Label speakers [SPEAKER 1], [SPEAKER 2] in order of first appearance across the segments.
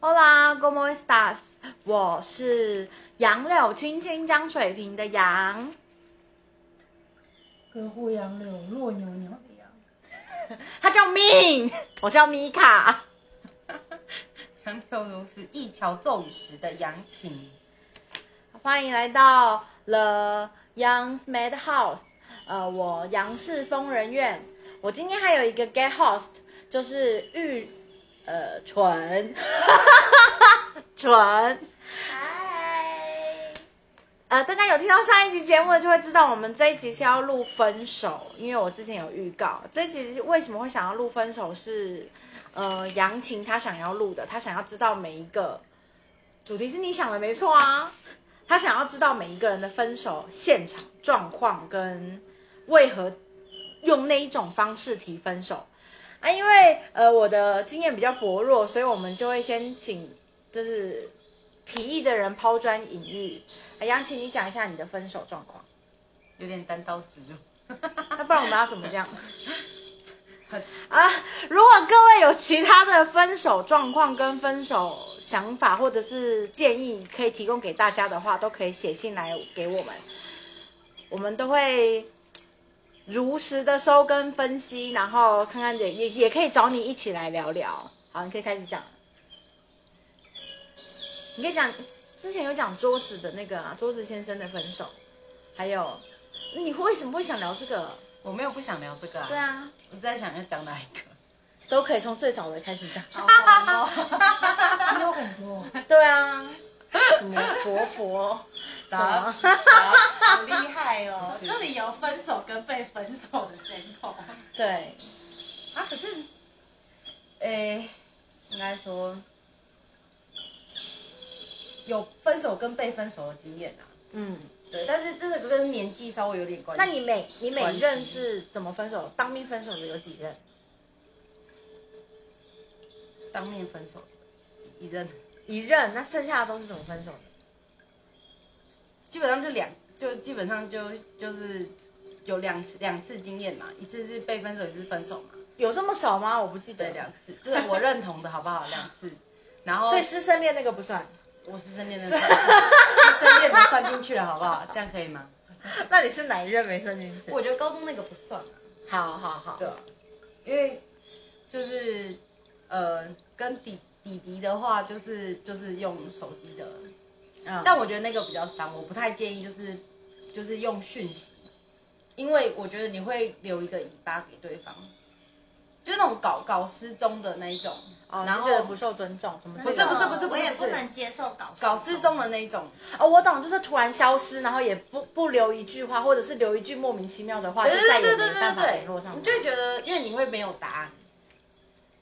[SPEAKER 1] Hola, ¿cómo estás？我是杨柳青青江水平的杨。
[SPEAKER 2] 隔户杨柳落袅袅的杨，
[SPEAKER 1] 他叫 Min，我叫米卡。
[SPEAKER 3] 杨柳如丝，一桥骤雨时的扬琴。
[SPEAKER 1] 欢迎来到 The Young's Madhouse，呃，我杨氏疯人院。我今天还有一个 get host，就是玉，呃，纯， 纯。
[SPEAKER 4] 嗨，
[SPEAKER 1] 呃，大家有听到上一集节目的，就会知道我们这一集是要录分手，因为我之前有预告，这一集为什么会想要录分手是，呃，杨晴她想要录的，她想要知道每一个主题是你想的没错啊，她想要知道每一个人的分手现场状况跟为何用那一种方式提分手啊，因为呃我的经验比较薄弱，所以我们就会先请就是提议的人抛砖引玉。哎，杨琴，你讲一下你的分手状况，
[SPEAKER 3] 有点单刀直入。
[SPEAKER 1] 那不然我们要怎么这样？啊，如果各位有其他的分手状况跟分手想法或者是建议可以提供给大家的话，都可以写信来给我们，我们都会如实的收跟分析，然后看看也也也可以找你一起来聊聊。好，你可以开始讲，你可以讲之前有讲桌子的那个、啊、桌子先生的分手，还有你为什么会想聊这个？
[SPEAKER 3] 我没有不想聊这个啊，
[SPEAKER 1] 对啊，
[SPEAKER 3] 我在想要讲哪一个。
[SPEAKER 1] 都可以从最早的开始 讲。
[SPEAKER 4] 好红哦！
[SPEAKER 2] 还有很多。
[SPEAKER 1] 对啊，佛佛佛， 什么？
[SPEAKER 4] 好厉
[SPEAKER 3] 哎
[SPEAKER 4] 害哦！这里有分手跟被分手的声控。
[SPEAKER 1] 对，
[SPEAKER 3] 啊，可是，诶、应该说有分手跟被分手的经验啊。
[SPEAKER 1] 嗯，
[SPEAKER 3] 对，但是这个跟年纪稍微有点关系。
[SPEAKER 1] 那你每你每
[SPEAKER 3] 关系
[SPEAKER 1] 任是怎么分手？当面分手的有几任？
[SPEAKER 3] 当面分手，一任
[SPEAKER 1] 一任，那剩下的都是怎么分手的？
[SPEAKER 3] 基本上就两，就基本上就就是有两次两次经验嘛，一次是被分手，一次是分手嘛。
[SPEAKER 1] 有这么少吗？我不记得
[SPEAKER 3] 对，两次就是我认同的好不好？两 次，然后
[SPEAKER 1] 所以师生恋那个不算。
[SPEAKER 3] 我师生恋 的算，师生恋的算进去了，好不好？这样可以吗？
[SPEAKER 1] 那你是哪一任没算进去？
[SPEAKER 3] 我觉得高中那个不算啊，
[SPEAKER 1] 好好好，
[SPEAKER 3] 对啊，因为就是呃，跟弟弟弟的话，就是就是用手机的，
[SPEAKER 1] 嗯，
[SPEAKER 3] 但我觉得那个比较伤，我不太建议就是就是用讯息，因为我觉得你会留一个尾巴给对方，就是那种搞搞失踪的那一种，
[SPEAKER 1] 哦，
[SPEAKER 3] 然
[SPEAKER 1] 然
[SPEAKER 3] 后
[SPEAKER 1] 后觉得不受尊重，怎么
[SPEAKER 3] 不是
[SPEAKER 1] 这个
[SPEAKER 3] 不是不是
[SPEAKER 4] 我也不能接受搞
[SPEAKER 3] 搞失踪的那一种。
[SPEAKER 1] 哦，我懂，就是突然消失，然后也不不留一句话，或者是留一句莫名其妙的话，就
[SPEAKER 3] 对
[SPEAKER 1] 再
[SPEAKER 3] 对
[SPEAKER 1] 也
[SPEAKER 3] 对对
[SPEAKER 1] 没办
[SPEAKER 3] 对
[SPEAKER 1] 法联络
[SPEAKER 3] 对
[SPEAKER 1] 上
[SPEAKER 3] 对，
[SPEAKER 1] 了
[SPEAKER 3] 你，就会觉得，因为你会没有答案，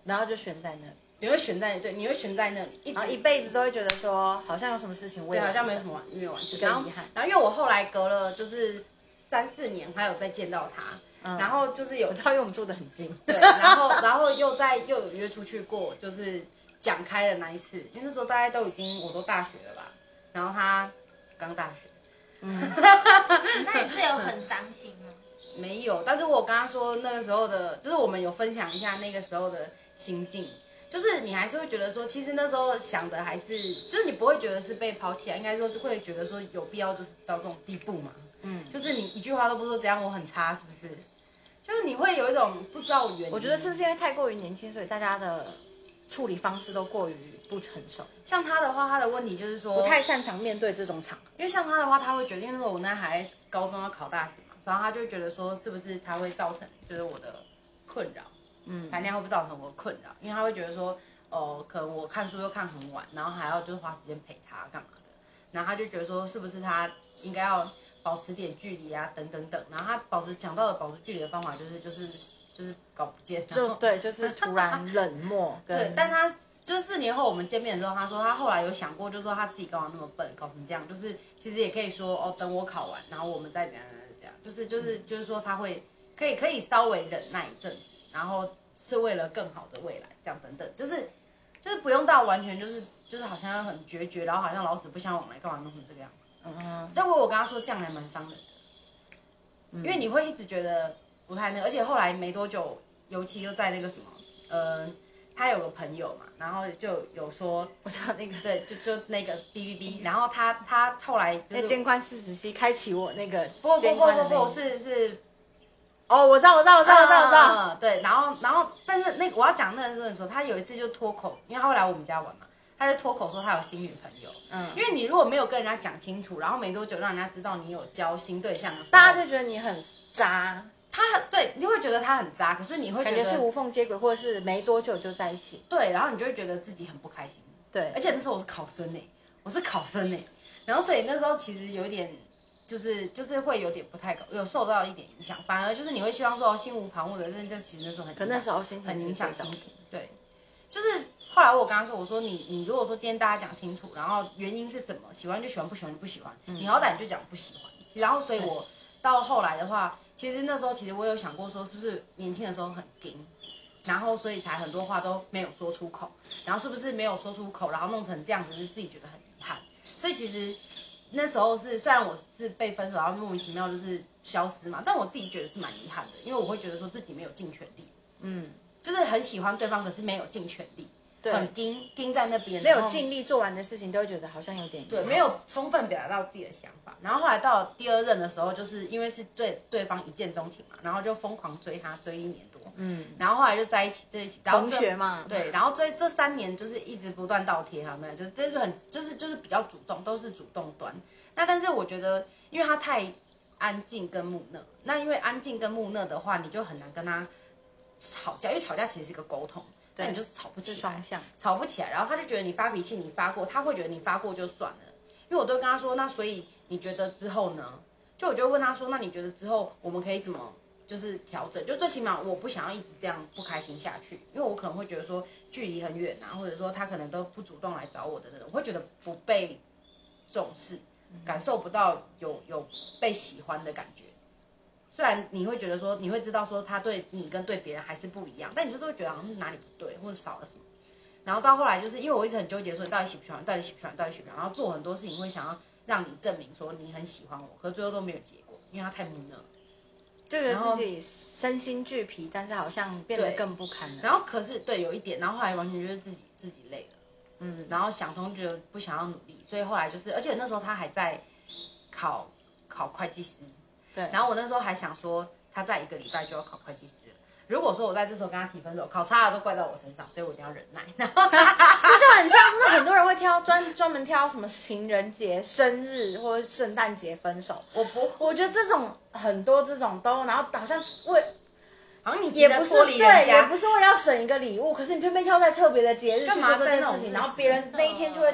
[SPEAKER 1] 然后就悬在那里。
[SPEAKER 3] 你会悬在对，你会悬在那里，一
[SPEAKER 1] 然
[SPEAKER 3] 直
[SPEAKER 1] 后一辈子都会觉得说，好像有什么事情我
[SPEAKER 3] 对，
[SPEAKER 1] 也
[SPEAKER 3] 好像没
[SPEAKER 1] 完
[SPEAKER 3] 什
[SPEAKER 1] 成
[SPEAKER 3] 么完没有完成，
[SPEAKER 1] 个
[SPEAKER 3] 然后
[SPEAKER 1] 遗憾
[SPEAKER 3] 然后因为我后来隔了就是三四年，还有再见到他，
[SPEAKER 1] 嗯
[SPEAKER 3] 然后就是有
[SPEAKER 1] 我 知道，因为我们住的很近。
[SPEAKER 3] 对，然后然后又在又有约出去过，就是讲开的那一次，因为那时候大家都已经我都大学了吧，然后他刚大学。
[SPEAKER 4] 那你是有很伤心吗？
[SPEAKER 3] 没有，但是我跟他说那个时候的，就是我们有分享一下那个时候的心境，就是你还是会觉得说，其实那时候想的还是，就是你不会觉得是被抛弃啊，应该说就会觉得说有必要就是到这种地步嘛，
[SPEAKER 1] 嗯，
[SPEAKER 3] 就是你一句话都不说，怎样我很差是不是？就是你会有一种不知道原因，
[SPEAKER 1] 我觉得是不是因为太过于年轻，所以大家的处理方式都过于不成熟，
[SPEAKER 3] 像他的话，他的问题就是说
[SPEAKER 1] 不太擅长面对这种场合。
[SPEAKER 3] 因为像他的话，他会决定，那时候我那还高中要考大学嘛，然后他就会觉得说，是不是他会造成就是我的困扰，嗯，谈恋爱会不会造成我的困扰？因为他会觉得说，哦、可能我看书又看很晚，然后还要就是花时间陪他干嘛的，然后他就觉得说，是不是他应该要保持点距离啊，等等等。然后他保持讲到的保持距离的方法就是就是就是搞不见，啊然
[SPEAKER 1] 就
[SPEAKER 3] 后
[SPEAKER 1] 对，就是突 然冷漠跟。
[SPEAKER 3] 对，但他就是四年后我们见面的时候，他说他后来有想过，就是说他自己干嘛那么笨，搞成这样，就是其实也可以说哦，等我考完，然后我们再怎样怎样怎样，就是就是就是说他会可以可以稍微忍耐一阵子，然后是为了更好的未来，这样等等，就是就是不用到完全就是就是好像很决绝，然后好像老死不相往来，干嘛弄成这个样子。
[SPEAKER 1] 嗯，
[SPEAKER 3] 但我我跟他说这样还蛮伤人的，因为你会一直觉得不太那个，而且后来没多久，尤其又在那个什么，呃，他有个朋友嘛，然后就有说，
[SPEAKER 1] 我知道那个
[SPEAKER 3] 对，就就那个 B B B，然后他他后来就
[SPEAKER 1] 那
[SPEAKER 3] 是
[SPEAKER 1] 监宽四十七开启我那个
[SPEAKER 3] 不不
[SPEAKER 1] 监
[SPEAKER 3] 不
[SPEAKER 1] 宽的
[SPEAKER 3] 不
[SPEAKER 1] 那个
[SPEAKER 3] 不是是
[SPEAKER 1] 哦，我知道我知道我
[SPEAKER 3] 我
[SPEAKER 1] 知道我知道我知道，
[SPEAKER 3] 道。对，然后然后，但是那个我要讲那个是说，他有一次就脱口，因为他会来我们家玩嘛，他就脱口说他有新女朋友。
[SPEAKER 1] 嗯，
[SPEAKER 3] 因为你如果没有跟人家讲清楚，然后没多久让人家知道你有交新对象的时候，
[SPEAKER 1] 大家就觉得你很渣，
[SPEAKER 3] 他很对，你会觉得他很渣，可是你会
[SPEAKER 1] 感
[SPEAKER 3] 觉
[SPEAKER 1] 觉
[SPEAKER 3] 得
[SPEAKER 1] 是无缝接轨，或者是没多久就在一起。
[SPEAKER 3] 对，然后你就会觉得自己很不开心。
[SPEAKER 1] 对
[SPEAKER 3] 而，且那时候我是考生呢、欸我是考生呢、欸然后所以那时候其实有一点，就是就是会有点不太搞，有受到一点影响，反而就是你会希望说哦心无旁骛的，但但其实那种很
[SPEAKER 1] 可
[SPEAKER 3] 影
[SPEAKER 1] 那
[SPEAKER 3] 响
[SPEAKER 1] 时候心情
[SPEAKER 3] 很
[SPEAKER 1] 是
[SPEAKER 3] 影响
[SPEAKER 1] 最糟
[SPEAKER 3] 心
[SPEAKER 1] 的
[SPEAKER 3] 情。对，就是后来我跟他说，我说你你如果说今天大家讲清楚，然后原因是什么，喜欢就喜欢，不喜欢就不喜欢，
[SPEAKER 1] 嗯
[SPEAKER 3] 你好歹你就讲不喜欢。然后所以我到后来的话，其实那时候其实我有想过说，是不是年轻的时候很硬，然后所以才很多话都没有说出口，然后是不是没有说出口，然后弄成这样子，是自己觉得很遗憾。所以其实那时候是虽然我是被分手，然后莫名其妙就是消失嘛，但我自己觉得是蛮遗憾的，因为我会觉得说自己没有尽全力。
[SPEAKER 1] 嗯，
[SPEAKER 3] 就是很喜欢对方，可是没有尽全力，
[SPEAKER 1] 对，
[SPEAKER 3] 很盯盯在那边，
[SPEAKER 1] 没
[SPEAKER 3] 然
[SPEAKER 1] 有
[SPEAKER 3] 后
[SPEAKER 1] 尽力做完的事情，都会觉得好像有点遗
[SPEAKER 3] 对，
[SPEAKER 1] 憾
[SPEAKER 3] 没有充分表达到自己的想法。然后后来到第二任的时候，就是因为是对对方一见钟情嘛，然后就疯狂追他，追一年多，
[SPEAKER 1] 嗯，
[SPEAKER 3] 然后后来就在一起，在一起，然后
[SPEAKER 1] 同
[SPEAKER 3] 这
[SPEAKER 1] 学嘛，嗯
[SPEAKER 3] 对，然后这这三年就是一直不断倒贴，有啊没有？就这个很就是就是比较主动，都是主动端。那但是我觉得，因为他太安静跟木讷，那因为安静跟木讷的话，你就很难跟他吵架，因为吵架其实是一个沟通，
[SPEAKER 1] 对
[SPEAKER 3] 但你就是吵不
[SPEAKER 1] 是
[SPEAKER 3] 起来
[SPEAKER 1] 双。向，
[SPEAKER 3] 吵不起来，然后他就觉得你发脾气，你发过，他会觉得你发过就算了。因为我都跟他说，那所以你觉得之后呢？就我就问他说，那你觉得之后我们可以怎么就是调整？就最起码我不想要一直这样不开心下去，因为我可能会觉得说距离很远啊，或者说他可能都不主动来找我的那种，我会觉得不被重视，感受不到有有被喜欢的感觉。虽然你会觉得说，你会知道说他对你跟对别人还是不一样，但你就是会觉得好像哪里不对，或者少了什么。然后到后来，就是因为我一直很纠结，说你到底喜不喜欢，到底喜不喜欢，到底喜不喜欢，然后做很多事情会想要让你证明说你很喜欢我，可是最后都没有结果，因为他太木讷了。
[SPEAKER 1] 就觉
[SPEAKER 3] 然
[SPEAKER 1] 得
[SPEAKER 3] 后
[SPEAKER 1] 自己身心俱疲，但是好像变得
[SPEAKER 3] 对
[SPEAKER 1] 更不堪了。
[SPEAKER 3] 然后可是对有一点，然后后来完全就是自己自己累了，
[SPEAKER 1] 嗯，
[SPEAKER 3] 然后想通觉得不想要努力，所以后来就是，而且那时候他还在考考会计师，
[SPEAKER 1] 对
[SPEAKER 3] 然后我那时候还想说他在一个礼拜就要考会计师了。如果说我在这时候跟他提分手，考差了都怪到我身上，所以我一定要忍耐。 然后
[SPEAKER 1] 就很像，真的很多人会挑专专门挑什么情人节、生日或者圣诞节分手。
[SPEAKER 3] 我不，
[SPEAKER 1] 我觉得这种很多这种都，然后好像是为
[SPEAKER 3] 好像你急
[SPEAKER 1] 也
[SPEAKER 3] 着
[SPEAKER 1] 不是
[SPEAKER 3] 脱离人
[SPEAKER 1] 对，也
[SPEAKER 3] 家，
[SPEAKER 1] 不是为了要省一个礼物，可是你偏偏挑在特别的节日去
[SPEAKER 3] 干嘛
[SPEAKER 1] 做这件
[SPEAKER 3] 在那
[SPEAKER 1] 事
[SPEAKER 3] 种
[SPEAKER 1] 情，
[SPEAKER 3] 日
[SPEAKER 1] 然后
[SPEAKER 3] 子
[SPEAKER 1] 别人那一天就会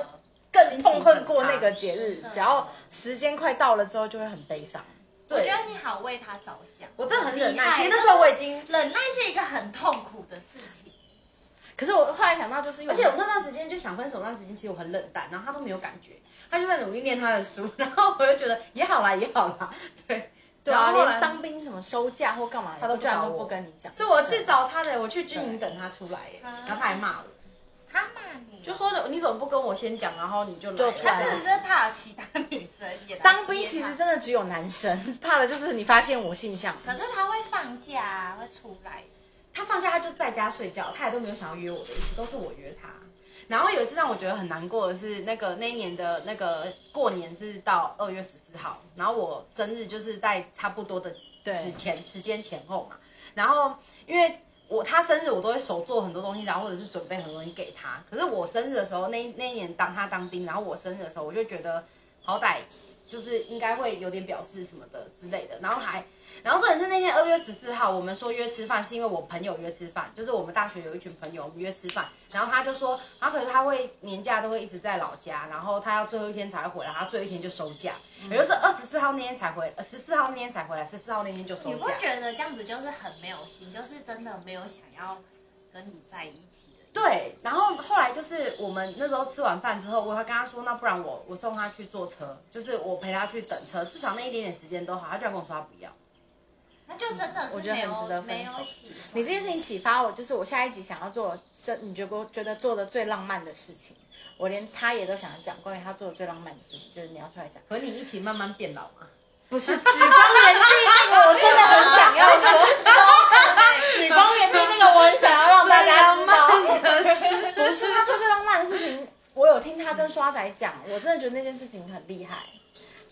[SPEAKER 1] 更
[SPEAKER 3] 心情
[SPEAKER 1] 痛恨
[SPEAKER 3] 很
[SPEAKER 1] 过
[SPEAKER 3] 差嗯
[SPEAKER 1] 那个节日
[SPEAKER 4] 真的。
[SPEAKER 1] 只要时间快到了之后，就会很悲伤。
[SPEAKER 4] 我
[SPEAKER 3] 对
[SPEAKER 4] 觉，得你好为他着想，
[SPEAKER 3] 我真的很忍耐。
[SPEAKER 4] 厉害
[SPEAKER 3] 其实那时候我已经，
[SPEAKER 4] 忍耐是一个很痛苦的事情。
[SPEAKER 1] 可是我后来想到，就是因为
[SPEAKER 3] 而且我那段时间就想分手，那段时间其实我很冷淡，然后他都没有感觉，他就在努力念他的书，然后我就觉得也好啦，也好啦，对
[SPEAKER 1] 对
[SPEAKER 3] 然
[SPEAKER 1] 啊，
[SPEAKER 3] 后后
[SPEAKER 1] 连
[SPEAKER 3] 来
[SPEAKER 1] 当兵什么休假或干嘛，
[SPEAKER 3] 他都不
[SPEAKER 1] 居然
[SPEAKER 3] 找
[SPEAKER 1] 都
[SPEAKER 3] 我
[SPEAKER 1] 不跟你讲。
[SPEAKER 3] 是我去找他的，我去军营等他出来耶，然后他还骂我，
[SPEAKER 4] 他骂你，
[SPEAKER 3] 啊就说你怎么不跟我先讲，然后你就来
[SPEAKER 1] 就
[SPEAKER 3] 了
[SPEAKER 1] 出
[SPEAKER 4] 他
[SPEAKER 1] 来
[SPEAKER 4] 是不是怕其他女生也来
[SPEAKER 1] 当兵其
[SPEAKER 4] 接他
[SPEAKER 1] 实真的只有男生， 怕的就是你发现我性向。
[SPEAKER 4] 可是他会放假啊，会出来。
[SPEAKER 3] 他放假他就在家睡觉，他也都没有想要约我的意思，都是我约他。然后有一次让我觉得很难过的是，那个那一年的那个过年是到二月十四号，然后我生日就是在差不多的
[SPEAKER 1] 对
[SPEAKER 3] 时前时间前后嘛。然后因为我他生日，我都会手做很多东西，然后或者是准备很多东西给他。可是我生日的时候，那一那一年当他当兵，然后我生日的时候，我就觉得好歹就是应该会有点表示什么的之类的，然后还。然后重点是那天二月十四号，我们说约吃饭，是因为我朋友约吃饭，就是我们大学有一群朋友，我们约吃饭。然后他就说，然后可是他会年假都会一直在老家，然后他要最后一天才会回来，他最后一天就收假，
[SPEAKER 4] 嗯
[SPEAKER 3] 也就是二十四号那天才回，十四号那天才回来，十四号那天就收
[SPEAKER 4] 你不
[SPEAKER 3] 假。
[SPEAKER 4] 觉得这样子就是很没有心，就是真的没有想要跟你在一起的意思？
[SPEAKER 3] 对，然后后来就是我们那时候吃完饭之后，我还跟他说，那不然我我送他去坐车，就是我陪他去等车，至少那一点点时间都好。他居然跟我说他不要，
[SPEAKER 4] 那就真的是
[SPEAKER 1] 我觉得
[SPEAKER 4] 没
[SPEAKER 1] 很
[SPEAKER 4] 有
[SPEAKER 1] 值得分
[SPEAKER 4] 没
[SPEAKER 1] 手
[SPEAKER 4] 有喜欢。
[SPEAKER 1] 你这件事情启发我，就是我下一集想要做是你觉得我觉得做的最浪漫的事情，我连他也都想要讲关于他做的最浪漫的事情，就是你要出来讲，
[SPEAKER 3] 和你一起慢慢变老嘛。
[SPEAKER 1] 不是举光原地那个，我真的 很想要说，举光原地那个我很想要让大家知道，我有听他跟刷仔讲，我真的觉得那件事情很厉害，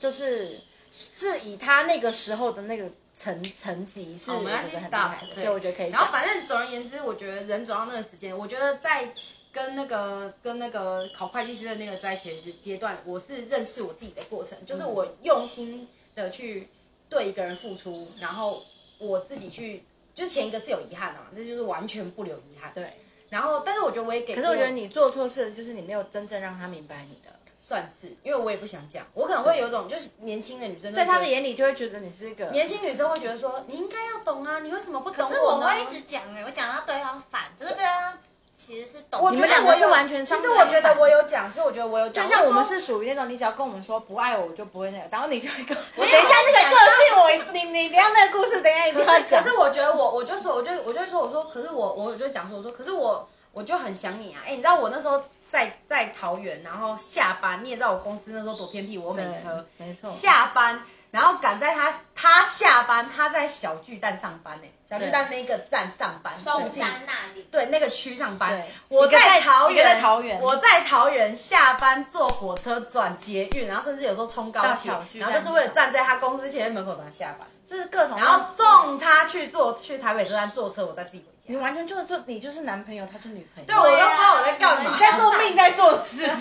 [SPEAKER 1] 就是是以他那个时候的那个层层级是
[SPEAKER 3] 好
[SPEAKER 1] 我
[SPEAKER 3] 我
[SPEAKER 1] 觉
[SPEAKER 3] 们
[SPEAKER 1] 得很
[SPEAKER 3] 要先
[SPEAKER 1] 厉
[SPEAKER 3] stop，
[SPEAKER 1] 害的，所
[SPEAKER 3] 对
[SPEAKER 1] 以我觉得可以
[SPEAKER 3] 然后
[SPEAKER 1] 讲。
[SPEAKER 3] 嗯反正总而言之，我觉得人走到那个时间，我觉得在跟那个跟那个考会计师的那个在一起的阶段，我是认识我自己的过程，就是我用心的去对一个人付出，然后我自己去，就是前一个是有遗憾的嘛，这就是完全不留遗憾。
[SPEAKER 1] 对，
[SPEAKER 3] 然后但是我觉得我也给，
[SPEAKER 1] 可是我觉得你做错事了，就是你没有真正让他明白你的，
[SPEAKER 3] 算是，因为我也不想讲，我可能会有一种就是年轻的女生，
[SPEAKER 1] 在他的。眼里就会觉得你是一个
[SPEAKER 3] 年轻女生会觉得说，你应该要懂啊，你为什么不懂
[SPEAKER 4] 可是
[SPEAKER 3] 我
[SPEAKER 4] 我
[SPEAKER 3] 呢？
[SPEAKER 4] 会一直讲哎、我讲到对方反，就是对方其实是懂。
[SPEAKER 3] 我
[SPEAKER 1] 你
[SPEAKER 3] 觉
[SPEAKER 1] 们
[SPEAKER 3] 得
[SPEAKER 1] 两个
[SPEAKER 3] 我
[SPEAKER 1] 是
[SPEAKER 3] 有
[SPEAKER 1] 完全
[SPEAKER 3] 其
[SPEAKER 1] 相
[SPEAKER 3] 实
[SPEAKER 1] 反
[SPEAKER 3] 我觉得我有讲，是我觉得我有讲，
[SPEAKER 1] 就像我们
[SPEAKER 3] 说
[SPEAKER 1] 是属于那种，你只要跟我们说不爱我，我就不会那个，然后你就会跟我。我等一下这个个性，我你你等一下那个故事，等一下一定
[SPEAKER 3] 可
[SPEAKER 1] 要
[SPEAKER 3] 是可
[SPEAKER 1] 讲。
[SPEAKER 3] 是我觉得我我就说我就我就说我说可是我我就讲说我说可是我我就很想你啊，哎、你知道我那时候在在桃园，然后下班，你也知道我公司那时候多偏僻，我又没车，
[SPEAKER 1] 对没错
[SPEAKER 3] 下班。然后赶在他他下班，他在小巨蛋上班呢、小巨蛋那个站上班，
[SPEAKER 4] 中
[SPEAKER 3] 附近
[SPEAKER 4] 山那里，
[SPEAKER 3] 对那个区上班
[SPEAKER 1] 对。
[SPEAKER 3] 我
[SPEAKER 1] 一个在
[SPEAKER 3] 桃
[SPEAKER 1] 一个
[SPEAKER 3] 园，
[SPEAKER 1] 在桃园
[SPEAKER 3] 我在桃园下班坐火车转捷运，然后甚至有时候冲高
[SPEAKER 1] 到
[SPEAKER 3] 铁
[SPEAKER 1] 小，巨蛋
[SPEAKER 3] 然后就是为了站在他公司前面门口等他下班，
[SPEAKER 1] 就是各种，
[SPEAKER 3] 然后送他去坐去台北车站坐车，我再自己回
[SPEAKER 1] 你
[SPEAKER 3] 家。
[SPEAKER 1] 完全就是做你就是男朋友，他是女朋友，
[SPEAKER 3] 对，我都不知道我在干嘛
[SPEAKER 1] 你。在做命在做的事情，